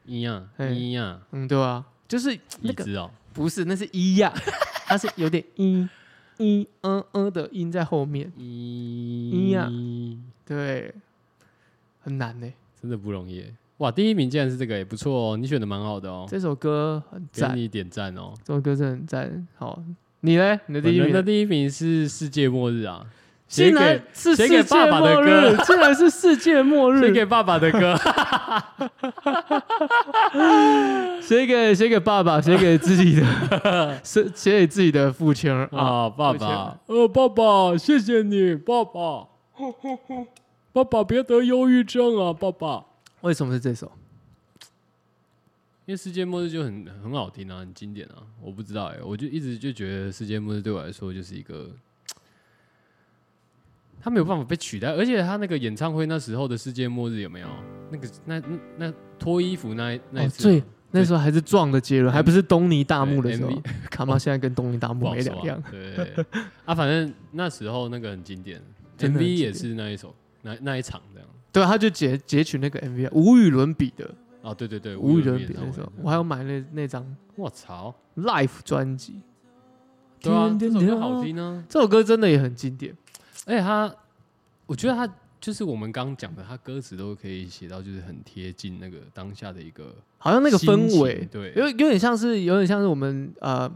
Speaker 1: 一样
Speaker 2: 嘿
Speaker 1: 一样，
Speaker 2: 嗯，对啊， 就是
Speaker 1: 椅
Speaker 2: 那个
Speaker 1: 子哦，
Speaker 2: 不是，那是咿呀， 它是有点咿咿嗯嗯的音在后面，
Speaker 1: 一
Speaker 2: 啊样对，很难呢、
Speaker 1: 真的不容易耶，哇，第一名竟然是这个，也不错哦，你选的蛮好的哦，
Speaker 2: 这首歌很
Speaker 1: 给
Speaker 2: 赞，
Speaker 1: 你点赞哦。
Speaker 2: 这首歌真的很赞。好，你嘞？你的
Speaker 1: 本
Speaker 2: 第一
Speaker 1: 人
Speaker 2: 名
Speaker 1: 的第一名是世界末日啊，写
Speaker 2: 竟然
Speaker 1: 给
Speaker 2: 是
Speaker 1: 写
Speaker 2: 世
Speaker 1: 给
Speaker 2: 界
Speaker 1: 爸爸的
Speaker 2: 末
Speaker 1: 歌
Speaker 2: 日，竟然是世 界末
Speaker 1: 写
Speaker 2: 日，
Speaker 1: 给爸爸的歌，啊
Speaker 2: 写给写给爸爸，写给自己的， 是写给自己的父亲儿啊。
Speaker 1: 啊，爸爸，呃，爸爸，谢谢你，爸 爸，爸爸别得忧郁症啊，爸爸。
Speaker 2: 为什么是这首？
Speaker 1: 因为世界末日就很很好听啊，很经典啊。我不知道哎、我就一直就觉得世界末日对我来说就是一个，他没有办法被取代。而且他那个演唱会那时候的世界末日有没有？那个那那那脱衣服那一那一
Speaker 2: 哦，
Speaker 1: 次啊、
Speaker 2: 最那时候还是撞的杰伦，还不是东尼大木
Speaker 1: 对
Speaker 2: 的时候
Speaker 1: MV。
Speaker 2: 卡妈现在跟东尼大
Speaker 1: 不
Speaker 2: 木
Speaker 1: 好
Speaker 2: 没
Speaker 1: 说
Speaker 2: 两样
Speaker 1: 啊。。对对 对啊，反正那时候那个很经典
Speaker 2: 真的很
Speaker 1: ，MV 也
Speaker 2: 经
Speaker 1: 是那一首那那一场这样。
Speaker 2: 对，啊他就截截取那个 MV，啊无与伦比的，
Speaker 1: 哦，对对对，
Speaker 2: 无与
Speaker 1: 伦
Speaker 2: 伦
Speaker 1: 演
Speaker 2: 比那时
Speaker 1: 唱
Speaker 2: 候
Speaker 1: 会，
Speaker 2: 我还有买那那张
Speaker 1: 我操，
Speaker 2: Life 专辑。
Speaker 1: 对啊，这首歌好
Speaker 2: 天天
Speaker 1: 听啊，
Speaker 2: 这首歌真的也很经典。
Speaker 1: 而且他，我觉得他就是我们刚刚讲的，他歌词都可以写到就是很贴近那个当下的一个
Speaker 2: 好像那个
Speaker 1: 心
Speaker 2: 氛
Speaker 1: 情
Speaker 2: 围，
Speaker 1: 对
Speaker 2: 有有点像是有点像是我们呃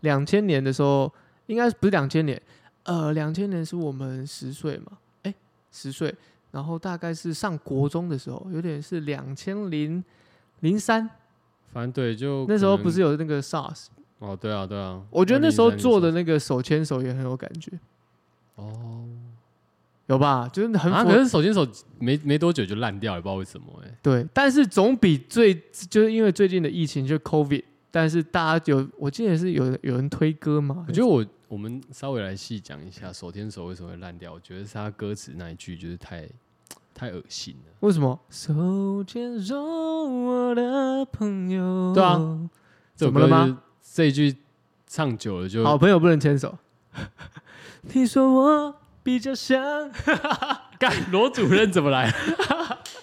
Speaker 2: 两千年的时候，应该不是两千年，呃两千年是我们十岁嘛，哎十岁，然后大概是上国中的时候，有点是两千零零三
Speaker 1: 反正对，就
Speaker 2: 那时候不是
Speaker 1: 有
Speaker 2: 有那个 SARS，
Speaker 1: 哦，对啊对啊，
Speaker 2: 我觉得那时候
Speaker 1: 2003
Speaker 2: 做的那个手牵手也很有感觉，
Speaker 1: 哦，
Speaker 2: 有吧？就是很符合、
Speaker 1: 啊，可是手牵手没没多久就烂掉，也不知道为什么哎，
Speaker 2: 对，但是总比最就是因为最近的疫情就 COVID，但是大家有我记得是有有人推歌嘛，
Speaker 1: 我觉得我我们稍微来细讲一下手牵手为什么会烂掉，我觉得是他歌词那一句就是太太恶心了。
Speaker 2: 为什么？手牵手，我的朋友。
Speaker 1: 对啊，这首
Speaker 2: 怎么了
Speaker 1: 歌
Speaker 2: 吗
Speaker 1: 就是这一句唱久了就
Speaker 2: 好朋友不能牵手。 你说我比较像，
Speaker 1: 干罗主任怎么来？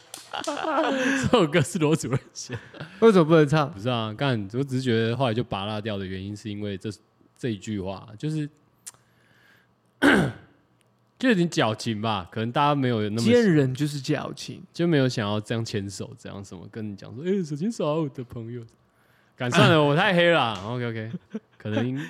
Speaker 1: 这首歌是罗主任写的，
Speaker 2: 为什么不能唱？
Speaker 1: 不是啊？干，我只是觉得后来就拔拉掉的原因，是因为这这一句话，就是 就有点矫情吧，可能大家没有那么
Speaker 2: 坚忍就是矫情。
Speaker 1: 就没有想要这样牵手，这样什么跟你讲说，哎、手牵手啊，我的朋友，敢算了，我太黑了，OK OK，可 能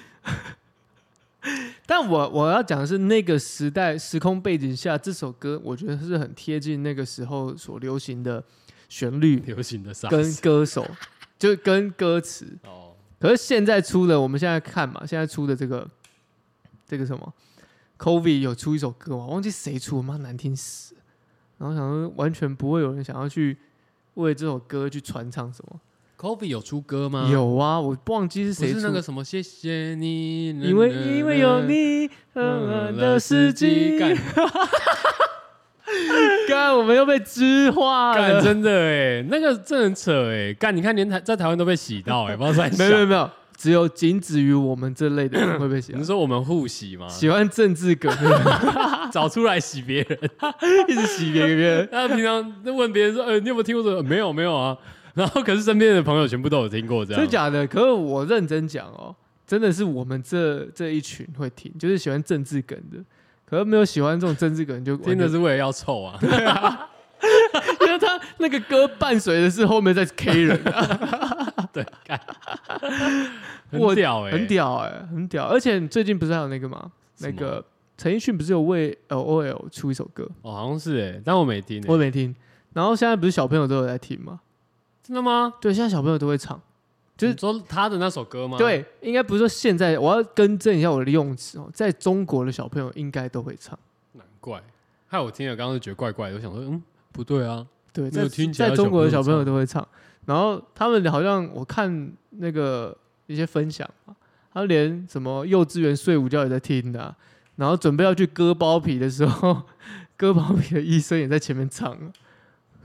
Speaker 2: 但我我要讲的是那个时代时空背景下，这首歌我觉得是很贴近那个时候所流行的旋律
Speaker 1: 流行的啥
Speaker 2: 跟歌手，就跟歌词。
Speaker 1: 哦，
Speaker 2: 可是现在出的，我们现在看嘛，现在出的这个这个什么，Kobe 有出一首歌嘛，我忘记谁出了，妈难听死了。然后想说，完全不会有人想要去为这首歌去传唱什么。
Speaker 1: Kobe 有出歌吗？，
Speaker 2: 有啊，我忘记是
Speaker 1: 嗯不
Speaker 2: 谁
Speaker 1: 是
Speaker 2: 出
Speaker 1: 那个什么，谢谢你，
Speaker 2: 因为因为有你，嗯的世纪。
Speaker 1: 干
Speaker 2: 干，我们又被知化
Speaker 1: 干
Speaker 2: 了。
Speaker 1: 真的哎，那个真的很扯哎，干你看连台在台湾都被洗到哎，不知道在
Speaker 2: 没有没有
Speaker 1: 想，
Speaker 2: 没有，只有仅止于我们这类的人会被洗到
Speaker 1: 你。说我们互洗吗？
Speaker 2: 喜欢政治 梗，的
Speaker 1: 找出来洗别人，
Speaker 2: 人一直洗别人。
Speaker 1: 他平常就问别人说，呃，你有没有听过这个？呃没有没有啊。 然后可是身边的朋友全部都有听过这
Speaker 2: 真
Speaker 1: 样
Speaker 2: 的，假的？可是我认真讲哦，真的是我们这这一群会听，就是喜欢政治梗的。可是没有喜欢这种政治梗就完全
Speaker 1: 听的，是为了要臭啊。
Speaker 2: 因为他那个歌伴随的是后面在 K 人，
Speaker 1: 对，干，
Speaker 2: 我
Speaker 1: 很屌哎，
Speaker 2: 很，屌哎、很屌。而且最近不是还有那个吗？
Speaker 1: 什
Speaker 2: 那
Speaker 1: 么
Speaker 2: 个陈奕迅不是有为 LOL 出一首歌，
Speaker 1: 哦，好像是哎，但我没听欸，
Speaker 2: 我也没听。然后现在不是小朋友都有在听吗？
Speaker 1: 真的吗？
Speaker 2: 对，现在小朋友都会唱。就是
Speaker 1: 你说他的那首歌吗？，
Speaker 2: 对，应该不是说现在，我要更正一下我的用词哦，在中国的小朋友应该都会唱。
Speaker 1: 难怪，害我听了刚刚就觉得怪怪的，我想说，嗯，不对啊，
Speaker 2: 对，
Speaker 1: 没有
Speaker 2: 在
Speaker 1: 听起来
Speaker 2: 在中国的小
Speaker 1: 小
Speaker 2: 朋
Speaker 1: 朋友
Speaker 2: 友都会唱，然后他们好像我看那个一些分享嘛，他连什么幼稚园睡午觉也在听的啊、然后准备要去割包皮的时候， 割包皮的医生也在前面唱啊，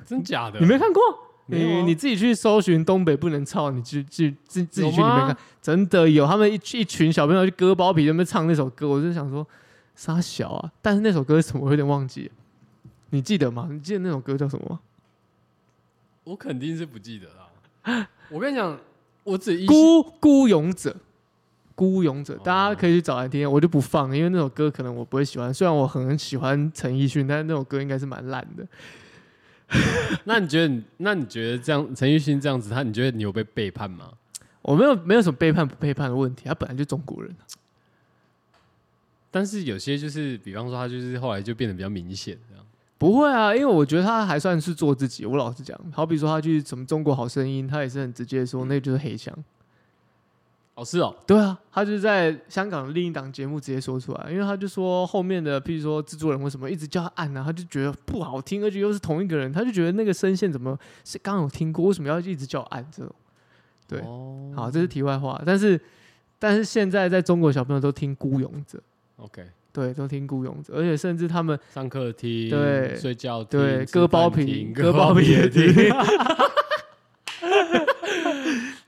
Speaker 1: 真假的？
Speaker 2: 你没看过？
Speaker 1: 没有
Speaker 2: 你
Speaker 1: 啊
Speaker 2: 你自己去搜寻东北不能操，你去去自自己去里
Speaker 1: 有吗
Speaker 2: 面看，真的有他们一群一群小朋友去割包皮，他们唱那首歌，我就想说傻小啊！但是那首歌是什么，我有点忘记了，你记得吗？你记得那首歌叫什么吗？
Speaker 1: 我肯定是不记得啦。我跟你讲，我只依稀
Speaker 2: 孤孤勇者，孤勇者
Speaker 1: 哦，
Speaker 2: 大家可以去找来听，我就不放，因为那首歌可能我不会喜欢。虽然我很喜欢陈奕迅，但是那首歌应该是蛮烂的。
Speaker 1: 那你觉得你，那你觉得这样陈奕迅这样子，他你觉得你有被背叛吗？
Speaker 2: 我没有没有什么背叛不背叛的问题，他本来就中国人。
Speaker 1: 但是有些就是，比方说他就是后来就变得比较明显这样。
Speaker 2: 不会啊，因为我觉得他还算是做自己。我老实讲，好比说他去什么《中国好声音》，他也是很直接地说那就是黑箱。
Speaker 1: 哦，是哦，
Speaker 2: 对啊，他就是在香港另一档节目直接说出来，因为他就说后面的，譬如说制作人为什么一直叫他按啊，他就觉得不好听，而且又是同一个人，他就觉得那个声线怎么是刚刚有听过，为什么要一直叫我按这种？对
Speaker 1: 哦
Speaker 2: 好，这是题外话，但是但是现在在中国小朋友都听孤勇者，
Speaker 1: ，OK，
Speaker 2: 对，都听孤勇者，而且甚至他们
Speaker 1: 上课听，
Speaker 2: 对
Speaker 1: 睡觉听，
Speaker 2: 对
Speaker 1: 吃
Speaker 2: 割包
Speaker 1: 饭
Speaker 2: 皮
Speaker 1: 听，
Speaker 2: 割包皮也听
Speaker 1: 听。。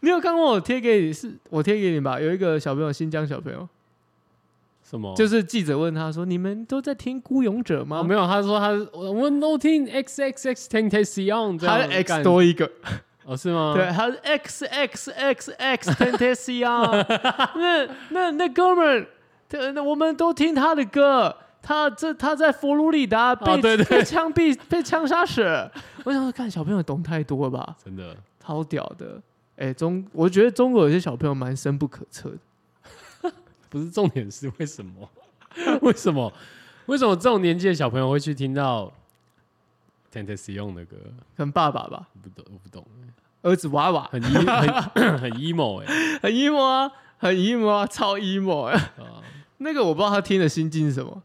Speaker 2: 你有看过我贴给你是我贴给你吧？有一个小朋友，新疆小朋友，
Speaker 1: 什么？
Speaker 2: 就是记者问他说：“你们都在听《孤勇者》吗？”
Speaker 1: 哦，没有，他说他是我我 no 听 x x x temptation，这
Speaker 2: 他
Speaker 1: 样
Speaker 2: 是 X
Speaker 1: 干
Speaker 2: 多一个，
Speaker 1: 哦是吗？
Speaker 2: 对，，他是 X X X X Tentacion。那那那哥们儿，他那我们都听他的歌。他这他在佛罗里达被、
Speaker 1: 对对
Speaker 2: 被枪毙被枪杀死，我想说，看小朋友懂太多了吧，
Speaker 1: 真的
Speaker 2: 超屌的。哎、中我觉得中国有些小朋友蛮深不可测的。
Speaker 1: 不是重点是为什么？ 为什么？为什么这种年纪的小朋友会去听到 temptation 的歌？
Speaker 2: 可能爸爸吧，
Speaker 1: 我不懂，我不懂，
Speaker 2: 儿子娃娃
Speaker 1: 很 emo，很 很 emo 哎、
Speaker 2: 很 emo 啊，很 emo 啊，超 emo 啊。
Speaker 1: 啊
Speaker 2: 那个我不知道他听的心境是什么，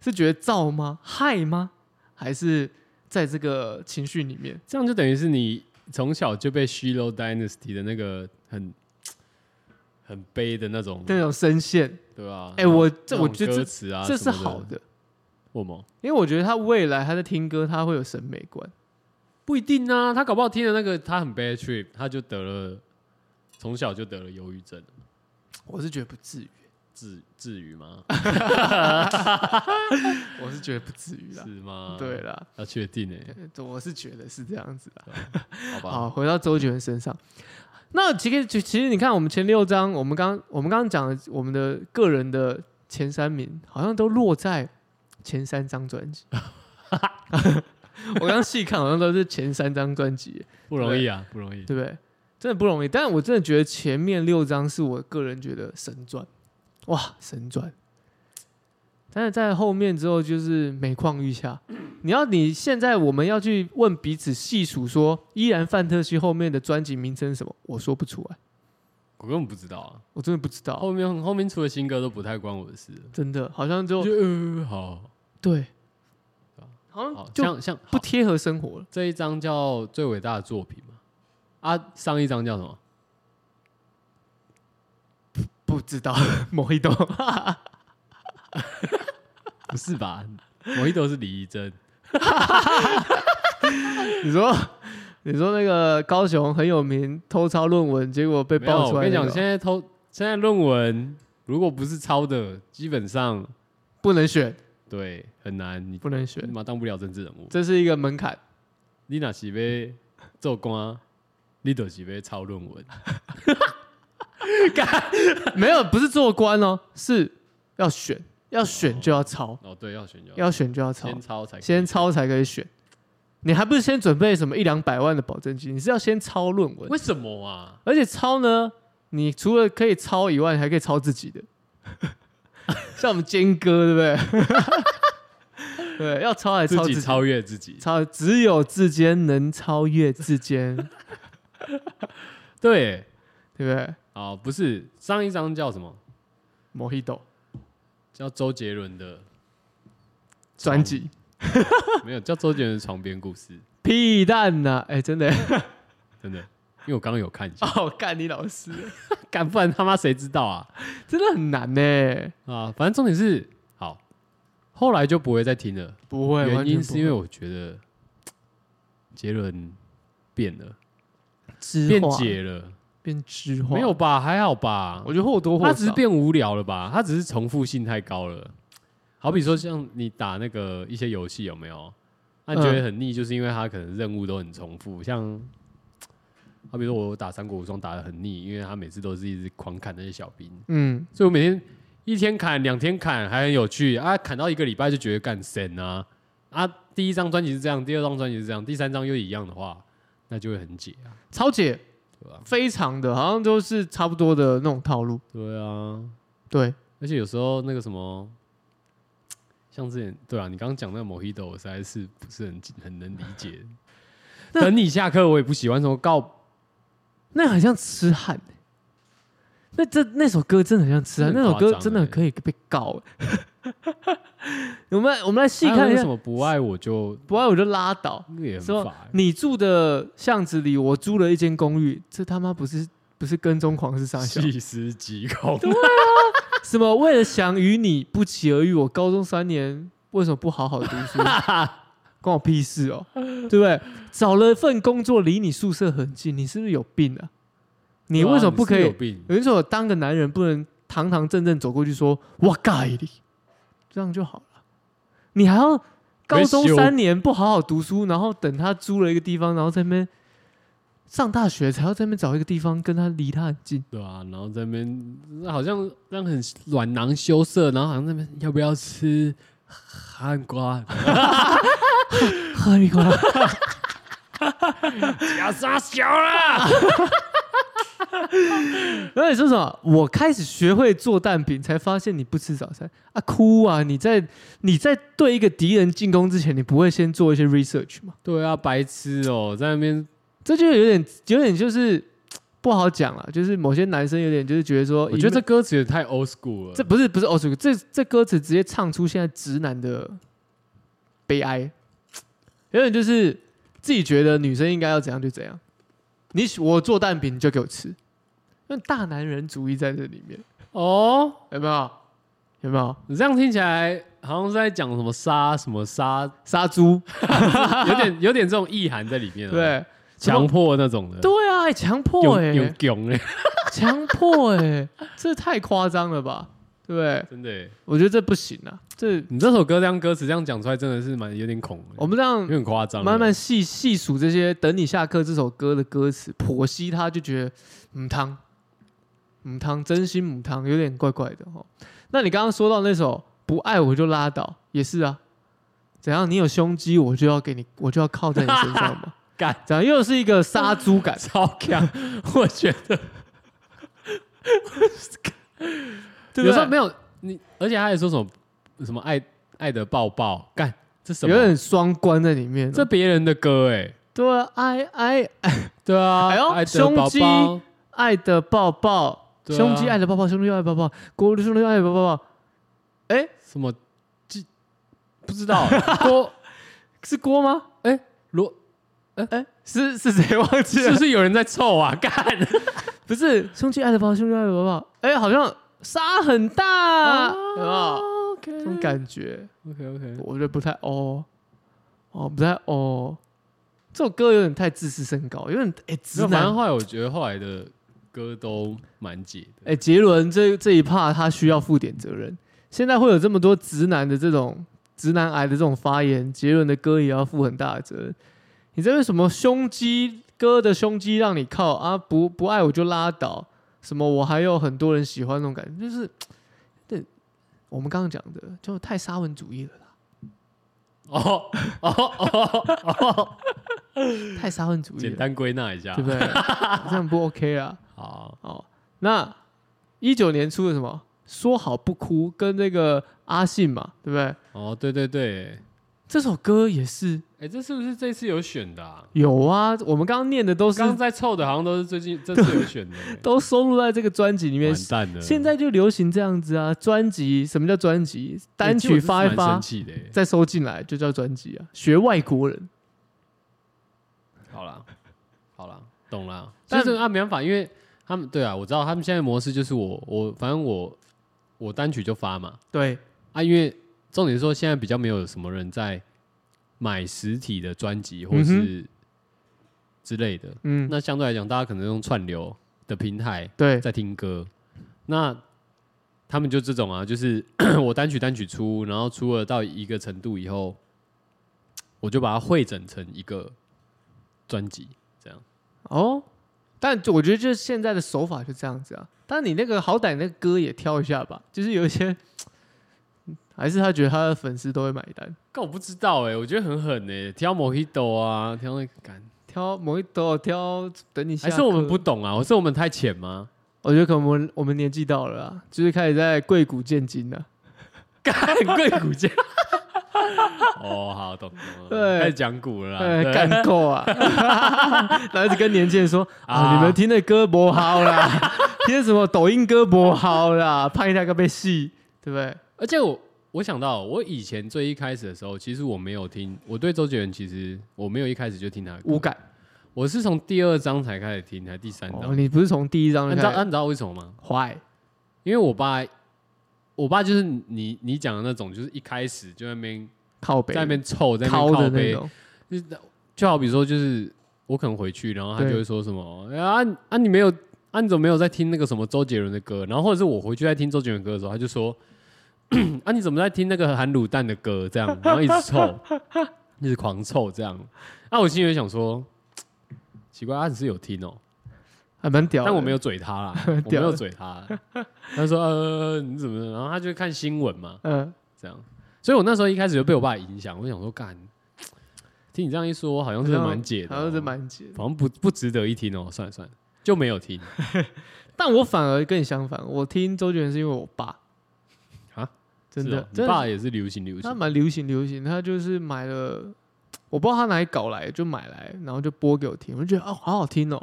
Speaker 2: 是觉得燥吗？害吗？还是在这个情绪里面？
Speaker 1: 这样就等于是你从小就被 Shiro Dynasty 的那个很很悲的那种，
Speaker 2: 那种声线，
Speaker 1: 对吧？
Speaker 2: 哎、我
Speaker 1: 这
Speaker 2: 这我觉得
Speaker 1: 歌
Speaker 2: 这
Speaker 1: 词啊，
Speaker 2: 这是
Speaker 1: 什么
Speaker 2: 好
Speaker 1: 的，
Speaker 2: 的，
Speaker 1: 我吗？
Speaker 2: 因为我觉得他未来他在听歌，他会有审美观。
Speaker 1: 不一定啊，他搞不好听的那个他很 bad trip，他就得了从小就得了忧郁症，
Speaker 2: 我是觉得不至于，
Speaker 1: 至至于吗？
Speaker 2: 我是觉得不至于
Speaker 1: 是啊
Speaker 2: 啦。
Speaker 1: 吗？
Speaker 2: 对，啦，
Speaker 1: 要确定哎、
Speaker 2: 我是觉得是这样子啦。
Speaker 1: 好吧，
Speaker 2: 好，回到周杰伦身上。那其实其其实你看，我们前六章，我们刚我们刚刚讲的，我们的个人的前三名，好像都落在前三张专辑。 我刚细看，好像都是前三张专辑，
Speaker 1: 不容易啊，不容易。
Speaker 2: 对不对？真的不容易，但我真的觉得前面六张是我个人觉得神转，哇，神转！但是在后面之后就是每况愈下。你要你现在我们要去问彼此细数说，依然范特西后面的专辑名称是什么，我说不出来，
Speaker 1: 我根本不知道啊，
Speaker 2: 我真的不知道，
Speaker 1: 后面后面出的新歌都不太关我的事。
Speaker 2: 真的好像就
Speaker 1: 就呃好，
Speaker 2: 对
Speaker 1: 对啊，
Speaker 2: 好
Speaker 1: 好
Speaker 2: 像就
Speaker 1: 像像
Speaker 2: 不
Speaker 1: 不
Speaker 2: 贴合生活了。
Speaker 1: 这一张叫《最伟大的作品》嘛，啊，上一张叫什么？
Speaker 2: 不知道 某一种，
Speaker 1: 不是吧？我一都是李怡珍，
Speaker 2: 你说你说那个高雄很有名偷抄论文，结果被
Speaker 1: 没有
Speaker 2: 爆出
Speaker 1: 我
Speaker 2: 来
Speaker 1: 跟
Speaker 2: 那
Speaker 1: 你
Speaker 2: 个哦、
Speaker 1: 讲，现在偷现在论文如果不是抄的，基本上
Speaker 2: 不能选。
Speaker 1: 对很难，你
Speaker 2: 不能
Speaker 1: 你
Speaker 2: 选，
Speaker 1: 嘛当不了政治人物。
Speaker 2: 这是一个门槛。
Speaker 1: 你若是要做官，你就是要抄论文。
Speaker 2: 没有，不是做官哦，是要选，要选就要抄，
Speaker 1: 哦，对，要选就
Speaker 2: 要选就要抄
Speaker 1: 先，抄才可以
Speaker 2: 先抄才可以选。你还不是先准备什么一两百万的保证金？你是要先抄论文，
Speaker 1: 为什么啊？
Speaker 2: 而且抄呢，你除了可以抄以外，你还可以抄自己的， 像我们坚哥对不对？ 对，要抄还
Speaker 1: 自
Speaker 2: 抄
Speaker 1: 己超越自己，
Speaker 2: 抄只有自间能超越自间，
Speaker 1: 对，
Speaker 2: 对不对？
Speaker 1: 啊，不是上一张叫什么？
Speaker 2: 摩希斗
Speaker 1: 叫周杰伦的，
Speaker 2: 专辑
Speaker 1: 没有叫周杰伦的床边故事，
Speaker 2: 屁蛋呐、哎、真的、
Speaker 1: 真的，因为我刚刚有看 一下，
Speaker 2: 哦，干你老师，
Speaker 1: 敢不然啊他妈谁知道啊？
Speaker 2: 真的很难呢。
Speaker 1: 啊，反正重点是好，后来就不会再听了，
Speaker 2: 不会，
Speaker 1: 原因是因为
Speaker 2: 我
Speaker 1: 我觉得杰伦变了，
Speaker 2: 知
Speaker 1: 变解了，
Speaker 2: 变知化，
Speaker 1: 没有，吧？还好吧？
Speaker 2: 我觉得或多或
Speaker 1: 他
Speaker 2: 少
Speaker 1: 只是变无聊了吧？他只是重复性太高了。好比说，像你打那个一些游戏，有没有？那、你觉得很腻，就是因为它可能任务都很重复。像，好比说我打三国无双打的很腻，因为他每次都是一直狂砍那些小兵，
Speaker 2: 嗯，
Speaker 1: 所以我每天一天砍、两天砍还很有趣啊，砍到一个礼拜就觉得干神啊，啊，第一张专辑是这样，第二张专辑是这样，第三张又一样的话，那就会很解啊，
Speaker 2: 超解
Speaker 1: 对吧、
Speaker 2: 非常的，好像都是差不多的那种套路。
Speaker 1: 对啊，
Speaker 2: 对，
Speaker 1: 而且有时候那个什么，像之前对啊，你刚刚讲那个 Mojito，我实在是不是很很能理解。
Speaker 2: 那
Speaker 1: 等你下课，我也不喜欢什么告，
Speaker 2: 那很像痴汉、欸。那这那首歌真的很像痴汉，
Speaker 1: 真
Speaker 2: 那
Speaker 1: 的很
Speaker 2: 首歌
Speaker 1: 夸张
Speaker 2: 真的
Speaker 1: 欸
Speaker 2: 可以被告、 欸。我们哎来我们来细
Speaker 1: 还有
Speaker 2: 看一
Speaker 1: 那
Speaker 2: 下
Speaker 1: 什，么不爱我就
Speaker 2: 不爱我就拉倒。
Speaker 1: 那个也很
Speaker 2: 说
Speaker 1: 烦。
Speaker 2: 你住的巷子里，我租了一间公寓，这他妈不是不是跟踪狂是啥小？
Speaker 1: 细思极 恐，
Speaker 2: 什么为了想与你不期而遇，我高中三年为什么不好好读 书？关我屁事哦，对不对？找了份工作离你宿舍很近，你是不是有病啊？你为什么不可
Speaker 1: 对啊你？是
Speaker 2: 以
Speaker 1: 有病？
Speaker 2: 有人说我当个男人不能堂堂正正走过去说“我盖你”，这样就好了。你还要高中三年不好好读书，然后等他租了一个地方，然后在那边上大学才要在那边找一个地方跟他离他很 近。
Speaker 1: 对啊，然后在那边好像让很软囊羞涩，然后好像在那边要不要吃汉 瓜？
Speaker 2: 喝你瓜，
Speaker 1: 假傻小啦！
Speaker 2: 然后你说什么？我开始学会做蛋饼，才发现你不吃早餐啊！哭啊！你在你在对一个敌人进攻之前，你不会先做一些 research 吗？
Speaker 1: 对啊，白痴哦、在那边
Speaker 2: 这就有点有点就是不好讲了，就是某些男生有点就是觉得说，
Speaker 1: 我觉得这歌词也太 old school 了。
Speaker 2: 哦这不是不是 old school，这这歌词直接唱出现在直男的悲哀，有点就是自己觉得女生应该要怎样就怎样，你喜我做蛋饼你就给我吃，那大男人主义在这里面
Speaker 1: 哦，
Speaker 2: 有没有？有没有
Speaker 1: 你这样听起来好像是在讲什么杀什么杀，
Speaker 2: 杀 猪？
Speaker 1: 有点有点这种意涵在里面、啊。，
Speaker 2: 对
Speaker 1: 强迫那种的，
Speaker 2: 对啊，还强迫
Speaker 1: 有
Speaker 2: 哎、
Speaker 1: 有囧哎，
Speaker 2: 强迫哎、这太夸张了吧？对不对？
Speaker 1: 真的欸。
Speaker 2: 我觉得这不行啊，这
Speaker 1: 你这首歌这样歌词这样讲出来，真的是蛮有点恐欸，
Speaker 2: 我们这样
Speaker 1: 有点夸张。，
Speaker 2: 慢慢，细细数这些《等你下课》这首歌的歌词，剖析它就觉得母汤，母汤，真心母汤，有点怪怪的哦。那你刚刚说到那首《不爱我就拉倒》，也是啊，怎样？你有胸肌，我就要给你，我就要靠在你身上嘛
Speaker 1: 干，
Speaker 2: 怎样？又是一个杀猪 感
Speaker 1: 超强，我觉得。
Speaker 2: 对不对？
Speaker 1: 有时候没有你，而且他还说什么什么爱爱的抱抱，干这什么？
Speaker 2: 有点双关在里面哦、
Speaker 1: 这别人的歌哎、
Speaker 2: 对啊，爱爱
Speaker 1: 对啊，
Speaker 2: 哎呦
Speaker 1: 爱的抱
Speaker 2: 胸
Speaker 1: 抱
Speaker 2: 肌，爱的抱抱，
Speaker 1: 对啊
Speaker 2: 胸肌爱的抱抱，胸肌爱的抱抱，国兄弟爱的抱抱，哎，
Speaker 1: 什么鸡不知 道 郭
Speaker 2: 是锅吗？
Speaker 1: 罗
Speaker 2: 哎，是是谁忘记
Speaker 1: 是
Speaker 2: 了？
Speaker 1: 不是有人在凑啊？干
Speaker 2: 不是兄弟爱的抱，兄弟爱的抱抱。哎，好像沙很大，
Speaker 1: 哦
Speaker 2: 有没有？
Speaker 1: OK，
Speaker 2: 这种感觉，
Speaker 1: OK OK，
Speaker 2: 我觉得不太哦，哦，不太哦。这首歌有点太自视甚高，有点哎，直
Speaker 1: 反正
Speaker 2: 男
Speaker 1: 后来我觉得后来的歌都蛮解的，
Speaker 2: 哎，杰伦这这一趴他需要负点责任。现在会有这么多直男的这种直男癌的这种发言，杰伦的歌也要负很大的责任。你这为什么胸肌哥的胸肌让你靠啊？不不爱我就拉倒，什么我还有很多人喜欢那种感觉，就是对我们刚刚讲的，就太沙文主义了啦，
Speaker 1: 哦哦哦，
Speaker 2: 太沙文主义
Speaker 1: 简
Speaker 2: 了，
Speaker 1: 单啊归纳一下
Speaker 2: 对，不 对？这样不 OK 啊。
Speaker 1: 好，
Speaker 2: 哦，那一九年出的什么？说好不哭，跟那个阿信嘛，对不对？
Speaker 1: 哦对对对，
Speaker 2: 这首歌也是
Speaker 1: 哎，这是不是这次有选的啊？
Speaker 2: 有啊，我们刚刚念的都
Speaker 1: 我
Speaker 2: 是
Speaker 1: 刚刚在凑的，好像都是最近这次有选的欸，
Speaker 2: 都收录在这个专辑里面。
Speaker 1: 完蛋了。
Speaker 2: 现在就流行这样子啊，专辑什么叫专辑？单
Speaker 1: 欸其实
Speaker 2: 曲
Speaker 1: 我是
Speaker 2: 发一
Speaker 1: 蛮
Speaker 2: 发
Speaker 1: 生，气的欸。
Speaker 2: 再收进来就叫专辑啊。学外国人，
Speaker 1: 好啦，好啦，懂啦。但
Speaker 2: 但
Speaker 1: 是啊，没办法，因为他们对啊，我知道他们现在的模式就是我我反正我我单曲就发嘛
Speaker 2: 对
Speaker 1: 啊，因为重点是说现在比较没有什么人在买实体的专辑或
Speaker 2: 嗯哼
Speaker 1: 是之类的。
Speaker 2: 嗯，
Speaker 1: 那相对来讲，大家可能用串流的平台
Speaker 2: 对
Speaker 1: 在听歌，那他们就这种啊，就是 我单曲单曲出，然后出了到一个程度以后，我就把它汇整成一个专辑，这样。
Speaker 2: 哦。但就我觉得就是现在的手法就这样子啊。但你那个好歹那个歌也挑一下吧，就是有一些还是他觉得他的粉丝都会买单？
Speaker 1: 但我不知道哎、我觉得很狠哎、挑 Mojito 啊，挑那个干，
Speaker 2: 挑某一朵，挑等你下
Speaker 1: 还
Speaker 2: 课。
Speaker 1: 是我们不懂啊？是我们太浅吗？
Speaker 2: 我觉得可能我们我们年纪到了啊，就是开始在贵谷见金了。
Speaker 1: 干贵股价。 哦，好懂懂了，
Speaker 2: 对
Speaker 1: 开始讲股了啦
Speaker 2: 哎，
Speaker 1: 对
Speaker 2: 干 够啊！然后一直跟年轻人说啊，
Speaker 1: 啊
Speaker 2: 你们听的歌不好啦， 听什么抖音歌不好啦，怕一下个被戏，对不对？
Speaker 1: 而且我我想到，我以前最一开始的时候，其实我没有听，我对周杰伦其实我没有一开始就听他的歌
Speaker 2: 无，感。
Speaker 1: 我是从第二章才开始听，还是第三
Speaker 2: 哦，
Speaker 1: 章。
Speaker 2: 你不是从第一张
Speaker 1: 那
Speaker 2: 就
Speaker 1: 你知道
Speaker 2: 开
Speaker 1: 那
Speaker 2: 始
Speaker 1: 你知道为什么吗？
Speaker 2: 坏？
Speaker 1: 因为我爸，我爸就是你你讲的那种，就是一开始就在那边
Speaker 2: 靠北
Speaker 1: 在那边凑，在那
Speaker 2: 掏
Speaker 1: 边
Speaker 2: 的
Speaker 1: 靠
Speaker 2: 那
Speaker 1: 背，
Speaker 2: 种，
Speaker 1: 就好比说，就是我可能回去，然后他
Speaker 2: 对
Speaker 1: 就会说什么哎啊啊，你没有啊，你怎么没有在听那个什么周杰伦的歌？然后或者是我回去在听周杰伦的歌的时候，他就说啊，你怎么在听那个含卤蛋的歌？这样，然后一直凑， 一直狂凑这样。那、我心里就想说，奇怪，他、只是有听哦、
Speaker 2: 还蛮屌的。
Speaker 1: 但我没有嘴他 啦，我没有嘴他。他说呃，你怎么？然后他就看新闻嘛，
Speaker 2: 嗯，
Speaker 1: 这样。所以我那时候一开始就被我爸影响，我就想说干。听你这样一说，好像真的蛮解的哦、
Speaker 2: 好像是蛮解的。
Speaker 1: 好像不不值得一听哦，算了算了，就没有听
Speaker 2: 但我反而跟你相反，我听周杰伦是因为我爸
Speaker 1: 啊，
Speaker 2: 真
Speaker 1: 是
Speaker 2: 的
Speaker 1: 哦，你
Speaker 2: 真的
Speaker 1: 爸也是流行流
Speaker 2: 他
Speaker 1: 行，
Speaker 2: 蛮流行流行，他就是买了，我不知道他哪里搞来，就买来，然后就播给我听，我就觉得哦，好好听哦。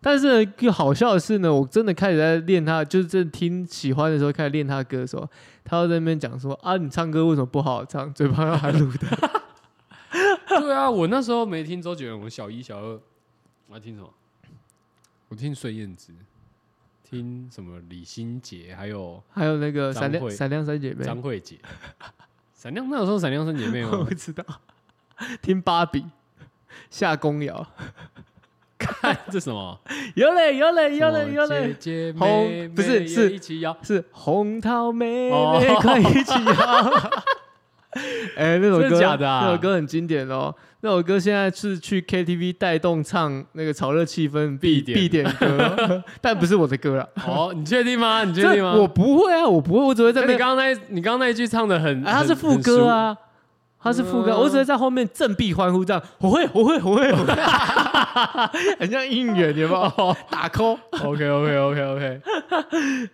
Speaker 2: 但是呢更好笑的是呢，我真的开始在练他，就是真的听喜欢的时候开始练他的歌的时候，他又在那边讲说啊，你唱歌为什么不好好唱，嘴巴要含卤的？
Speaker 1: 对啊，我那时候没听周杰伦，我小一小二，我还听什么？我听孙燕姿，听什么李心洁，还有
Speaker 2: 还有 那个闪
Speaker 1: 张
Speaker 2: 亮
Speaker 1: 惠
Speaker 2: 闪亮三姐妹，
Speaker 1: 张惠姐。闪亮那个时候，闪亮三姐妹
Speaker 2: 我
Speaker 1: 吗
Speaker 2: 不？知道，听芭比。 夏公瑶，
Speaker 1: 看这什么？
Speaker 2: 有嘞有嘞有嘞有
Speaker 1: 什么
Speaker 2: 嘞，
Speaker 1: 姐姐妹
Speaker 2: 红不是
Speaker 1: 妹
Speaker 2: 是
Speaker 1: 一起摇。
Speaker 2: 是红桃妹
Speaker 1: 哦
Speaker 2: 妹快一起摇。 哎、那首
Speaker 1: 真
Speaker 2: 歌
Speaker 1: 的假的啊
Speaker 2: 那首歌很经典哦。那首歌现在是去 KTV 带动唱那个炒热气氛必必
Speaker 1: 必
Speaker 2: 点 歌，但不是我的歌啊。
Speaker 1: 哦，你确定吗？你确定吗？
Speaker 2: 这我不会啊，我不会，我只会在
Speaker 1: 跟
Speaker 2: 那
Speaker 1: 你
Speaker 2: 边。
Speaker 1: 刚刚那，你刚刚那一句唱的很，
Speaker 2: 啊，它
Speaker 1: 很
Speaker 2: 是副歌，
Speaker 1: 很熟
Speaker 2: 啊，它是副歌，
Speaker 1: 嗯
Speaker 2: 我只会在后面振臂欢呼这样，我会，我会，我会，我会， 很像应援，有没
Speaker 1: 哦
Speaker 2: 有？打 call。
Speaker 1: OK OK OK OK，
Speaker 2: 但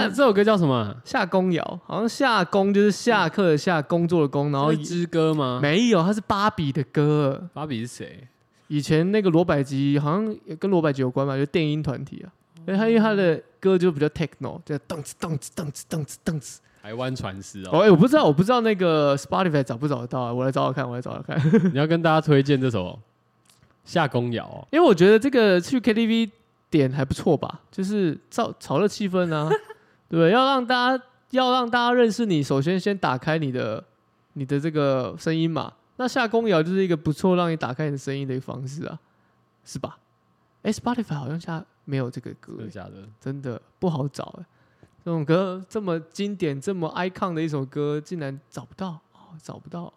Speaker 1: 但这首歌叫什么？啊
Speaker 2: 夏公瑶，好像夏公就是下课的夏，工作的工，然
Speaker 1: 然
Speaker 2: 后
Speaker 1: 后之歌吗？
Speaker 2: 没有，它是芭比的歌。
Speaker 1: 芭比是谁？
Speaker 2: 以前那个罗百吉好像也跟罗百吉有关吧，就电音团体啊。因为他因为他的歌就比较 techno，就咚哧咚哧咚哧咚哧咚哧。
Speaker 1: 台湾传师哦。
Speaker 2: 哦，哎，我不知道，我不知道那个 Spotify 找不找得到啊？我来找找看，我来找找看。
Speaker 1: 你要跟大家推荐这首《夏公瑶》哦。
Speaker 2: 因为我觉得这个去 KTV 点还不错吧，就是造炒热气氛啊，对不对？要让大家要让大家认识你，首先先打开你的你的这个声音嘛。那下公摇就是一个不错让你打开你的声音的一个方式啊，是吧？哎，Spotify 好像下没有这个歌
Speaker 1: 真的
Speaker 2: 欸，
Speaker 1: 假的？
Speaker 2: 真的不好找哎。这种歌这么经典、这么 icon 的一首歌，竟然找不到哦，找不到。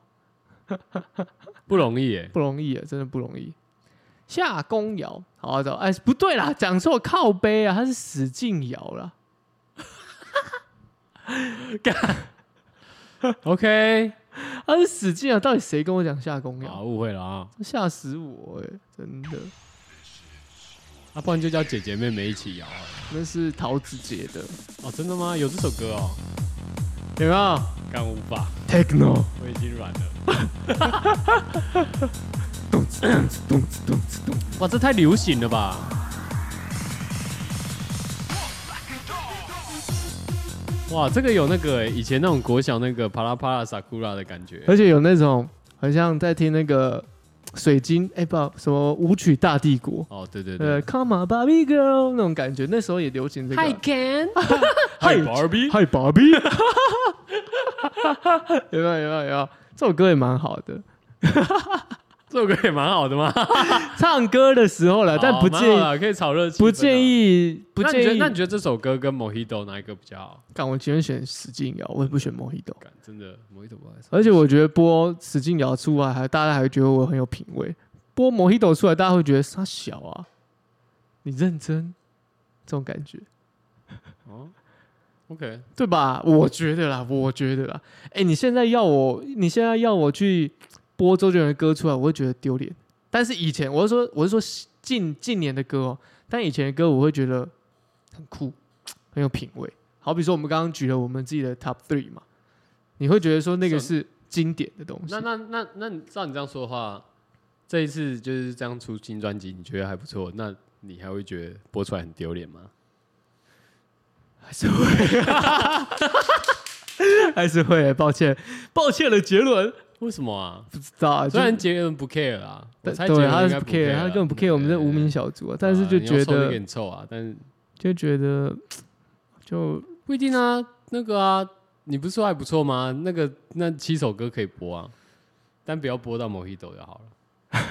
Speaker 1: 不容易耶。
Speaker 2: 不容易啊，真的不容易。夏公瑶，好好找，哎，不对啦，讲错靠背啊，他是史劲瑶啦。
Speaker 1: OK，
Speaker 2: 他是史劲瑶，到底谁跟我讲夏公
Speaker 1: 好，
Speaker 2: 瑶？
Speaker 1: 误会了啊。
Speaker 2: 吓死我哎、真的，
Speaker 1: 那啊不然就叫姐姐妹妹一起摇好了。
Speaker 2: 那是陶子姐的，
Speaker 1: 哦，真的吗？有这首歌哦。
Speaker 2: 有没有
Speaker 1: 干无法，
Speaker 2: ？Techno，
Speaker 1: 我已经软了。
Speaker 2: 咚哧咚哧咚哧咚哧咚
Speaker 1: 哇，这太流行了吧！哇，这个有那个耶以前那种国小那个啪啦啪啦萨库拉的感觉
Speaker 2: 哧，。而且有那种很像在听那个水晶，哎、不，什么舞曲大帝国。
Speaker 1: 哦，对对
Speaker 2: 呃
Speaker 1: 对，
Speaker 2: ，Come on, Barbie girl，那种感觉，那时候也流行这个啊。
Speaker 1: Ken，
Speaker 2: 嗨
Speaker 1: 嗨 Barbie，
Speaker 2: 嗨，爸比，有没 有？有没有？有没有？这首歌也蛮好的，
Speaker 1: 这首歌也蛮好的嘛，
Speaker 2: 唱歌的时候了，呃但不建
Speaker 1: 哦蛮
Speaker 2: 议，
Speaker 1: 好啦可以炒热气氛啊，
Speaker 2: 不建议，不
Speaker 1: 那你觉得
Speaker 2: 建议
Speaker 1: 那。你觉得这首歌跟 Mojito 哪一个比较好？
Speaker 2: 干，我情愿选史劲瑶，我也不选 Mojito。
Speaker 1: 感真的 Mojito 不好意思
Speaker 2: 而且我觉得播史劲瑶出来，还大家还会觉得我很有品味；播 Mojito 出来，大家会觉得傻小啊，你认真，这种感觉。
Speaker 1: 哦， OK，
Speaker 2: 对吧？我觉得啦，我觉得啦。哎，你现在要我，你现在要我去播周杰伦的歌出来，我会觉得丢脸。但是以前，我是说，我是说近近年的歌哦，但以前的歌我会觉得很酷，很有品味。好比说，我们刚刚举了我们自己的 Top Three 嘛，你会觉得说那个是经典的东西。
Speaker 1: 那那那那，你照你这样说的话，这一次就是这样出新专辑，你觉得还不错，那你还会觉得播出来很丢脸吗？
Speaker 2: 还是会， 还是会，抱歉，抱歉了，杰伦，
Speaker 1: 为什么啊？
Speaker 2: 不知道啊，就
Speaker 1: 虽然杰伦不 care 啊，我
Speaker 2: 对，
Speaker 1: 猜杰伦
Speaker 2: 他
Speaker 1: 应
Speaker 2: 是
Speaker 1: 该
Speaker 2: 不
Speaker 1: care，
Speaker 2: care，他根本不 care 我们这无名小卒啊，但
Speaker 1: 啊
Speaker 2: 是就
Speaker 1: 你要
Speaker 2: 觉
Speaker 1: 臭那个
Speaker 2: 得
Speaker 1: 很臭啊，但是
Speaker 2: 就觉得就
Speaker 1: 不一定啊。那个啊，你不是说还不错吗？那个那七首歌可以播啊，但不要播到某一首就好了。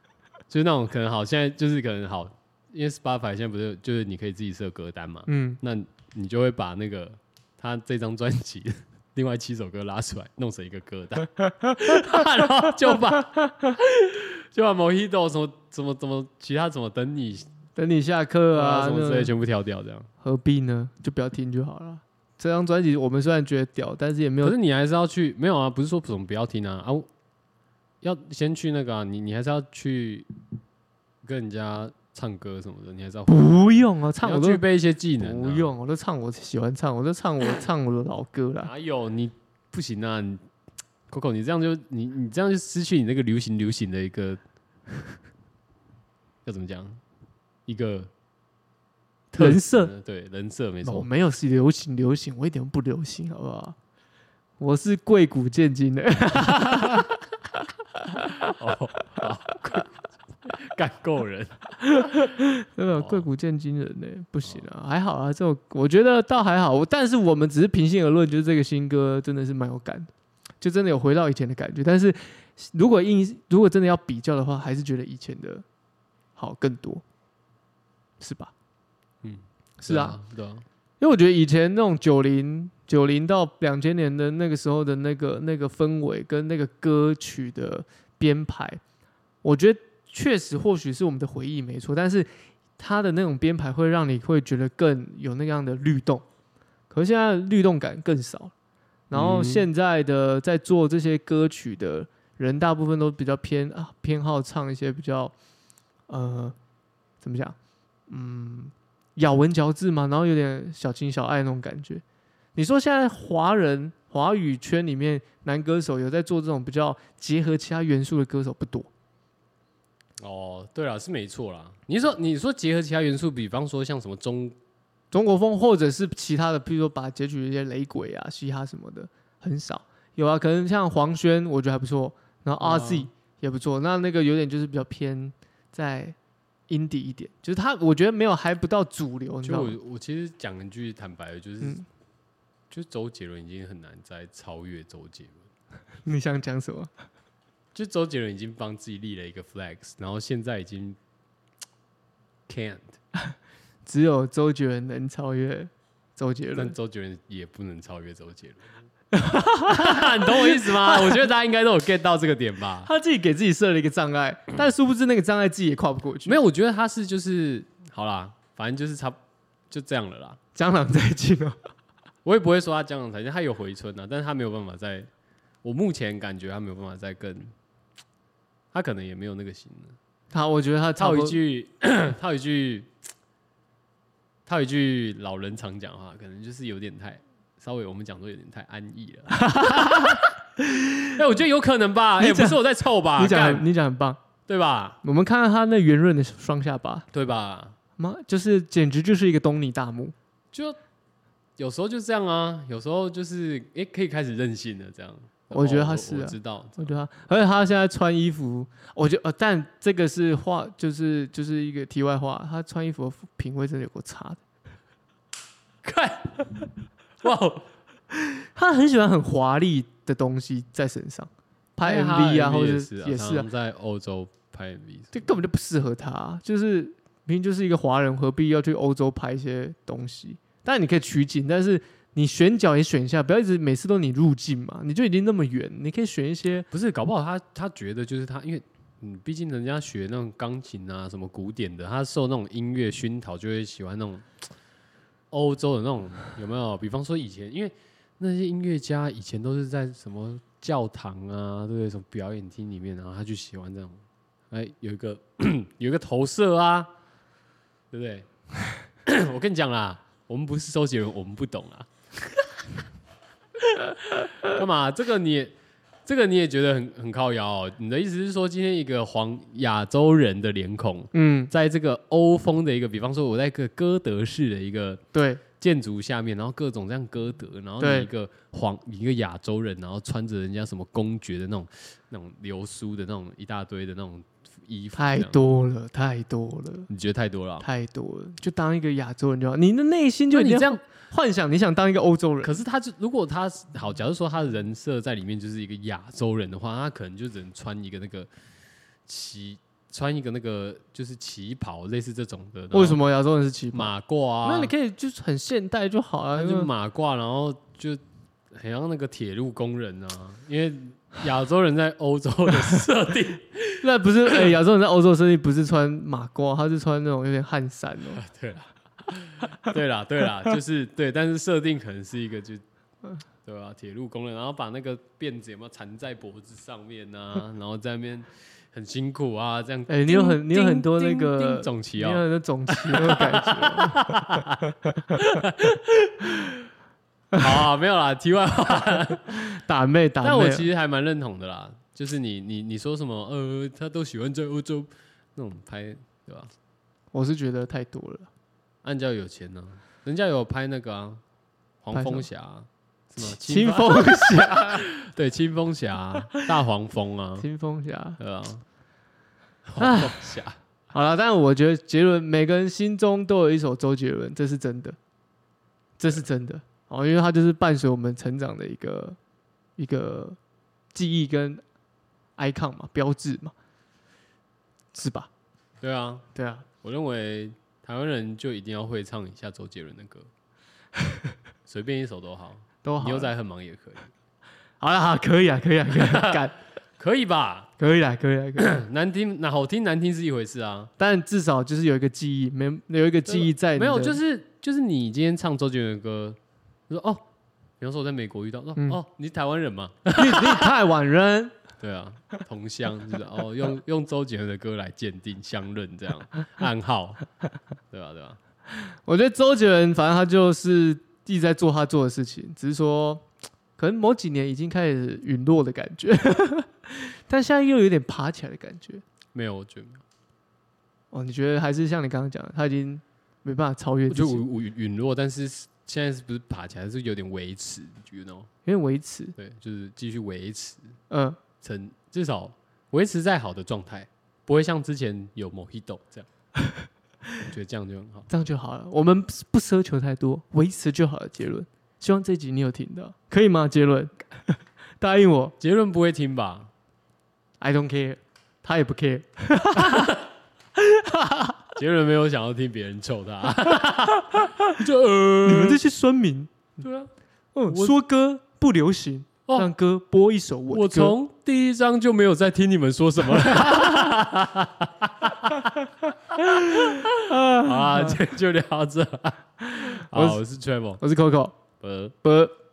Speaker 1: 就是那种可能好，现在就是可能好，因为 Spotify 现在不是就是你可以自己设歌单嘛，
Speaker 2: 嗯，
Speaker 1: 那你就会把那个他这张专辑的另外七首歌拉出来，弄成一个歌单， 然后就把就把 Mojito 什么什么什么其他什么等你
Speaker 2: 等你下课啊
Speaker 1: 什，么
Speaker 2: 那
Speaker 1: 之类
Speaker 2: 种
Speaker 1: 全部挑掉这样。
Speaker 2: 何必呢？就不要听就好了。这张专辑我们虽然觉得屌，但是也没
Speaker 1: 可
Speaker 2: 有
Speaker 1: 是你还是要去，没有啊，不是说什么不要听啊啊，我要先去那个啊，你你还是要去跟人家唱歌什么的，你还是要
Speaker 2: 不用啊，
Speaker 1: 你
Speaker 2: 唱
Speaker 1: 要
Speaker 2: 我
Speaker 1: 具
Speaker 2: 都
Speaker 1: 备一些技能、啊
Speaker 2: 不，用，我都唱我喜欢唱，我 都唱我唱我的老歌 啦。
Speaker 1: 哪有你不行啊你，Coco，你这样就你你这样就失去你那个流行流行的一个 要怎么讲一个特
Speaker 2: 人
Speaker 1: 质
Speaker 2: 设
Speaker 1: 呢，对人设没
Speaker 2: 我
Speaker 1: 错，
Speaker 2: 哦没有是流行流行，我一点都不流行，好不好？我是贵古见今的，
Speaker 1: 哦，好干够人。
Speaker 2: 对吧？
Speaker 1: 哦
Speaker 2: 贵古见今人呢、不行啊，还好啊，这种我觉得倒还好。我但是我们只是平心而论，就是这个新歌真的是蛮有感的，就真的有回到以前的感觉。但是如果硬如果真的要比较的话，还是觉得以前的好更多，是吧？
Speaker 1: 嗯，
Speaker 2: 是
Speaker 1: 对
Speaker 2: 啊，
Speaker 1: 啊，对啊，
Speaker 2: 因为我觉得以前那种九零九零到两千年的那个时候的那个那个氛围跟那个歌曲的编排，我觉得确实或许是我们的回忆没错，但是它的那种编排会让你会觉得更有那样的律动，可是现在律动感更少。然后
Speaker 1: 嗯
Speaker 2: 现在的在做这些歌曲的人，大部分都比较偏啊偏好唱一些比较呃怎么讲，嗯，咬文嚼字嘛，然后有点小情小爱那种感觉。你说现在华人华语圈里面男歌手有在做这种比较结合其他元素的歌手不多，
Speaker 1: 哦，对了，是没错啦。你说你说结合其他元素，比方说像什么中
Speaker 2: 中国风或者是其他的，譬如说把截取一些雷鬼啊、嘻哈什么的，很少有啊。可能像黄轩，我觉得还不错，然后
Speaker 1: 啊
Speaker 2: RZ 也不错。那那个有点就是比较偏在 indie 一点，就是他我觉得没有还不到主流，你知
Speaker 1: 就
Speaker 2: 道
Speaker 1: 我
Speaker 2: 吗？
Speaker 1: 我其实讲一句坦白的，就是、
Speaker 2: 嗯
Speaker 1: 就周杰伦已经很难再超越周杰伦，
Speaker 2: 你想讲什么？
Speaker 1: 就周杰伦已经帮自己立了一个 flags，然后现在已经 can't，
Speaker 2: 只有周杰伦能超越周杰伦
Speaker 1: 但。周杰伦也不能超越周杰 伦。你懂我意思吗？我觉得大家应该都有 get 到这个点吧。
Speaker 2: 他自己给自己设了一个障碍，但殊不知那个障碍自己也跨不过去。
Speaker 1: 没有，我觉得他是就是好啦，反正就是差不就这样了啦。
Speaker 2: 江郎才尽哦。
Speaker 1: 我也不会说他江郎才尽，他有回春啊，但是他没有办法在，我目前感觉他没有办法再更，他可能也没有那个啊心了。
Speaker 2: 好，我觉得他
Speaker 1: 他
Speaker 2: 超
Speaker 1: 有一句， 他有一句，他有一句老人常讲的话，可能就是有点太稍微我们讲说有点太安逸了。 哎、我觉得有可能吧，哎、
Speaker 2: 你讲
Speaker 1: 不是我在臭吧，
Speaker 2: 你讲
Speaker 1: 干
Speaker 2: 得你讲得很棒。
Speaker 1: 对吧？
Speaker 2: 我们看看他那圆润的双下巴，
Speaker 1: 对吧？
Speaker 2: 妈，就是简直就是一个东尼大木。
Speaker 1: 就有时候就这样啊，有时候就是哎、可以开始任性了这样。
Speaker 2: 我觉得他
Speaker 1: 哦
Speaker 2: 是啊
Speaker 1: 我知道，
Speaker 2: 我觉得他，而且他现在穿衣服，我觉得呃，但这个是话，就是就是一个题外话，他穿衣服的品味真的有够差的。
Speaker 1: 看，哇，
Speaker 2: 他很喜欢很华丽的东西在身上，
Speaker 1: 哎
Speaker 2: 拍 MV 啊，或者
Speaker 1: 是
Speaker 2: 也是啊，
Speaker 1: 在欧洲拍 MV，
Speaker 2: 这根本就不适合他、啊就是明明就是一个华人，何必要去欧洲拍一些东西？当然你可以取景，但是你选角也选一下，不要一直每次都你入境嘛，你就已经那么远，你可以选一些
Speaker 1: 不是搞不好他他觉得就是他，因为嗯，毕竟人家学那种钢琴啊什么古典的，他受那种音乐熏陶，就会喜欢那种欧洲的那种，有没有？比方说以前，因为那些音乐家以前都是在什么教堂啊，对不对？什么表演厅里面，然后他就喜欢这种，哎，有一个 有一个投射啊，对不对？ 我跟你讲啦，我们不是收集人，我们不懂啦。 干嘛？这个你也这个你也觉得很很靠腰、哦？你的意思是说，今天一个黄亚洲人的脸孔，
Speaker 2: 嗯，
Speaker 1: 在这个欧风的一个，比方说我在一个哥德式的一个
Speaker 2: 对，
Speaker 1: 建筑下面，然后各种这样哥德，然后
Speaker 2: 对
Speaker 1: 你一个黄你一个亚洲人，然后穿着人家什么公爵的那种那种流苏的那种一大堆的那种衣服，
Speaker 2: 太，多了，太多了，
Speaker 1: 你觉得太多了啊？
Speaker 2: 太多了，就当一个亚洲人就好。你的内心就
Speaker 1: 那
Speaker 2: 已
Speaker 1: 你
Speaker 2: 经
Speaker 1: 这样，
Speaker 2: 幻想，你想当一个欧洲人，
Speaker 1: 可是他就如果他是好，假如说他的人设在里面就是一个亚洲人的话，他可能就只能穿一个那个旗，穿一个那个就是旗袍，类似这种的。
Speaker 2: 为什
Speaker 1: 么？
Speaker 2: 么亚洲人是奇葩？
Speaker 1: 马褂啊，
Speaker 2: 那你可以就是很现代就好了、
Speaker 1: 他
Speaker 2: 啊，
Speaker 1: 就
Speaker 2: 就
Speaker 1: 马褂，然后就很像那个铁路工人啊，因为亚洲人在欧洲的设定，
Speaker 2: 那不是哎，亚、洲人在欧洲设计不是穿马褂，他是穿那种有点汗衫 哦、
Speaker 1: 对啦，对啦，对啦，就是对，但是设定可能是一 个就。对吧、铁路工人，然后把那个辫子有没有缠在脖子上面啊？然后在那边很辛苦啊，这样。
Speaker 2: 哎你有很
Speaker 1: 叮
Speaker 2: 你有很多
Speaker 1: 叮
Speaker 2: 那个
Speaker 1: 叮叮总旗
Speaker 2: 你
Speaker 1: 哦，
Speaker 2: 有那种旗那种感 觉。
Speaker 1: 好啊、没有啦，题外话。
Speaker 2: 打妹打妹，
Speaker 1: 但我其实还蛮认同的啦，就是你你你说什么呃，他都喜欢在欧洲那种拍，对吧？
Speaker 2: 我是觉得太多了。
Speaker 1: 哦按家有钱呢、人家有拍那个啊，黄
Speaker 2: 拍什么
Speaker 1: 蜂侠 啊、是吗？
Speaker 2: 清
Speaker 1: 风
Speaker 2: 风 侠，
Speaker 1: 对清风侠 啊、大黄蜂啊，
Speaker 2: 清风侠。
Speaker 1: 对啊，黄蜂侠
Speaker 2: 好了，但我觉得杰伦每个人心中都有一首周杰伦，这是真的，这是真的哦，因为他就是伴随我们成长的一个一个记忆跟 icon 嘛，标志嘛，是吧？
Speaker 1: 对啊，
Speaker 2: 对啊，
Speaker 1: 我认为台湾人就一定要会唱一下周杰伦的 歌，随便一首都好，
Speaker 2: 都好啊
Speaker 1: 牛
Speaker 2: 了。
Speaker 1: 仔很忙也可以，
Speaker 2: 好了，好，可以啊，可以啊，可以啊， 干，
Speaker 1: 可以吧？
Speaker 2: 可以啊，可以啊，可以啊。
Speaker 1: 难听那好听难听是一回事啊，
Speaker 2: 但至少就是有一个记忆，没有一个记忆在哎你的。
Speaker 1: 没有就是就是你今天唱周杰伦的歌，你说哦，比方说我在美国遇到，说、
Speaker 2: 嗯
Speaker 1: 哦你是台湾人嘛，
Speaker 2: 你你太晚人，
Speaker 1: 对啊，同乡就是哦，用用周杰伦的歌来鉴定相认这样暗号，对啊吧、对吧、
Speaker 2: 我觉得周杰伦，反正他就是一直在做他做的事情，只是说可能某几年已经开始陨落的感觉， 但现在又有点爬起来的感觉。
Speaker 1: 没有，我觉
Speaker 2: 哎
Speaker 1: 得没有
Speaker 2: 哦，你觉得还是像你刚刚讲的，他已经没办法超越
Speaker 1: 我觉
Speaker 2: 自
Speaker 1: 得
Speaker 2: 己，
Speaker 1: 我我陨陨落，但是现在是不是爬起来是有点维持，you know？
Speaker 2: 因为维持，
Speaker 1: 对，就是继续维持
Speaker 2: 嗯，
Speaker 1: 成至少维持在好的状态，不会像之前有某一斗这样，我觉得这样就很好。
Speaker 2: 这样就好了。我们不不奢求太多，维持就好了。杰伦，希望这集你有听到，可以吗？杰伦， 答应我
Speaker 1: 结论不会听吧？
Speaker 2: ，I don't care，他也不 care。
Speaker 1: 结论没有想要听别人臭他， 就呃，
Speaker 2: 你们这些酸民，
Speaker 1: 对啊，
Speaker 2: 嗯，
Speaker 1: 我
Speaker 2: 说歌不流行，
Speaker 1: 哦
Speaker 2: 让歌播一首我
Speaker 1: 我
Speaker 2: 的歌。
Speaker 1: 从第一章就没有在听你们说什么了。 好啊，就就聊到这。好，我是 Travel，
Speaker 2: 我是 Coco，
Speaker 1: 呃。
Speaker 2: 啵。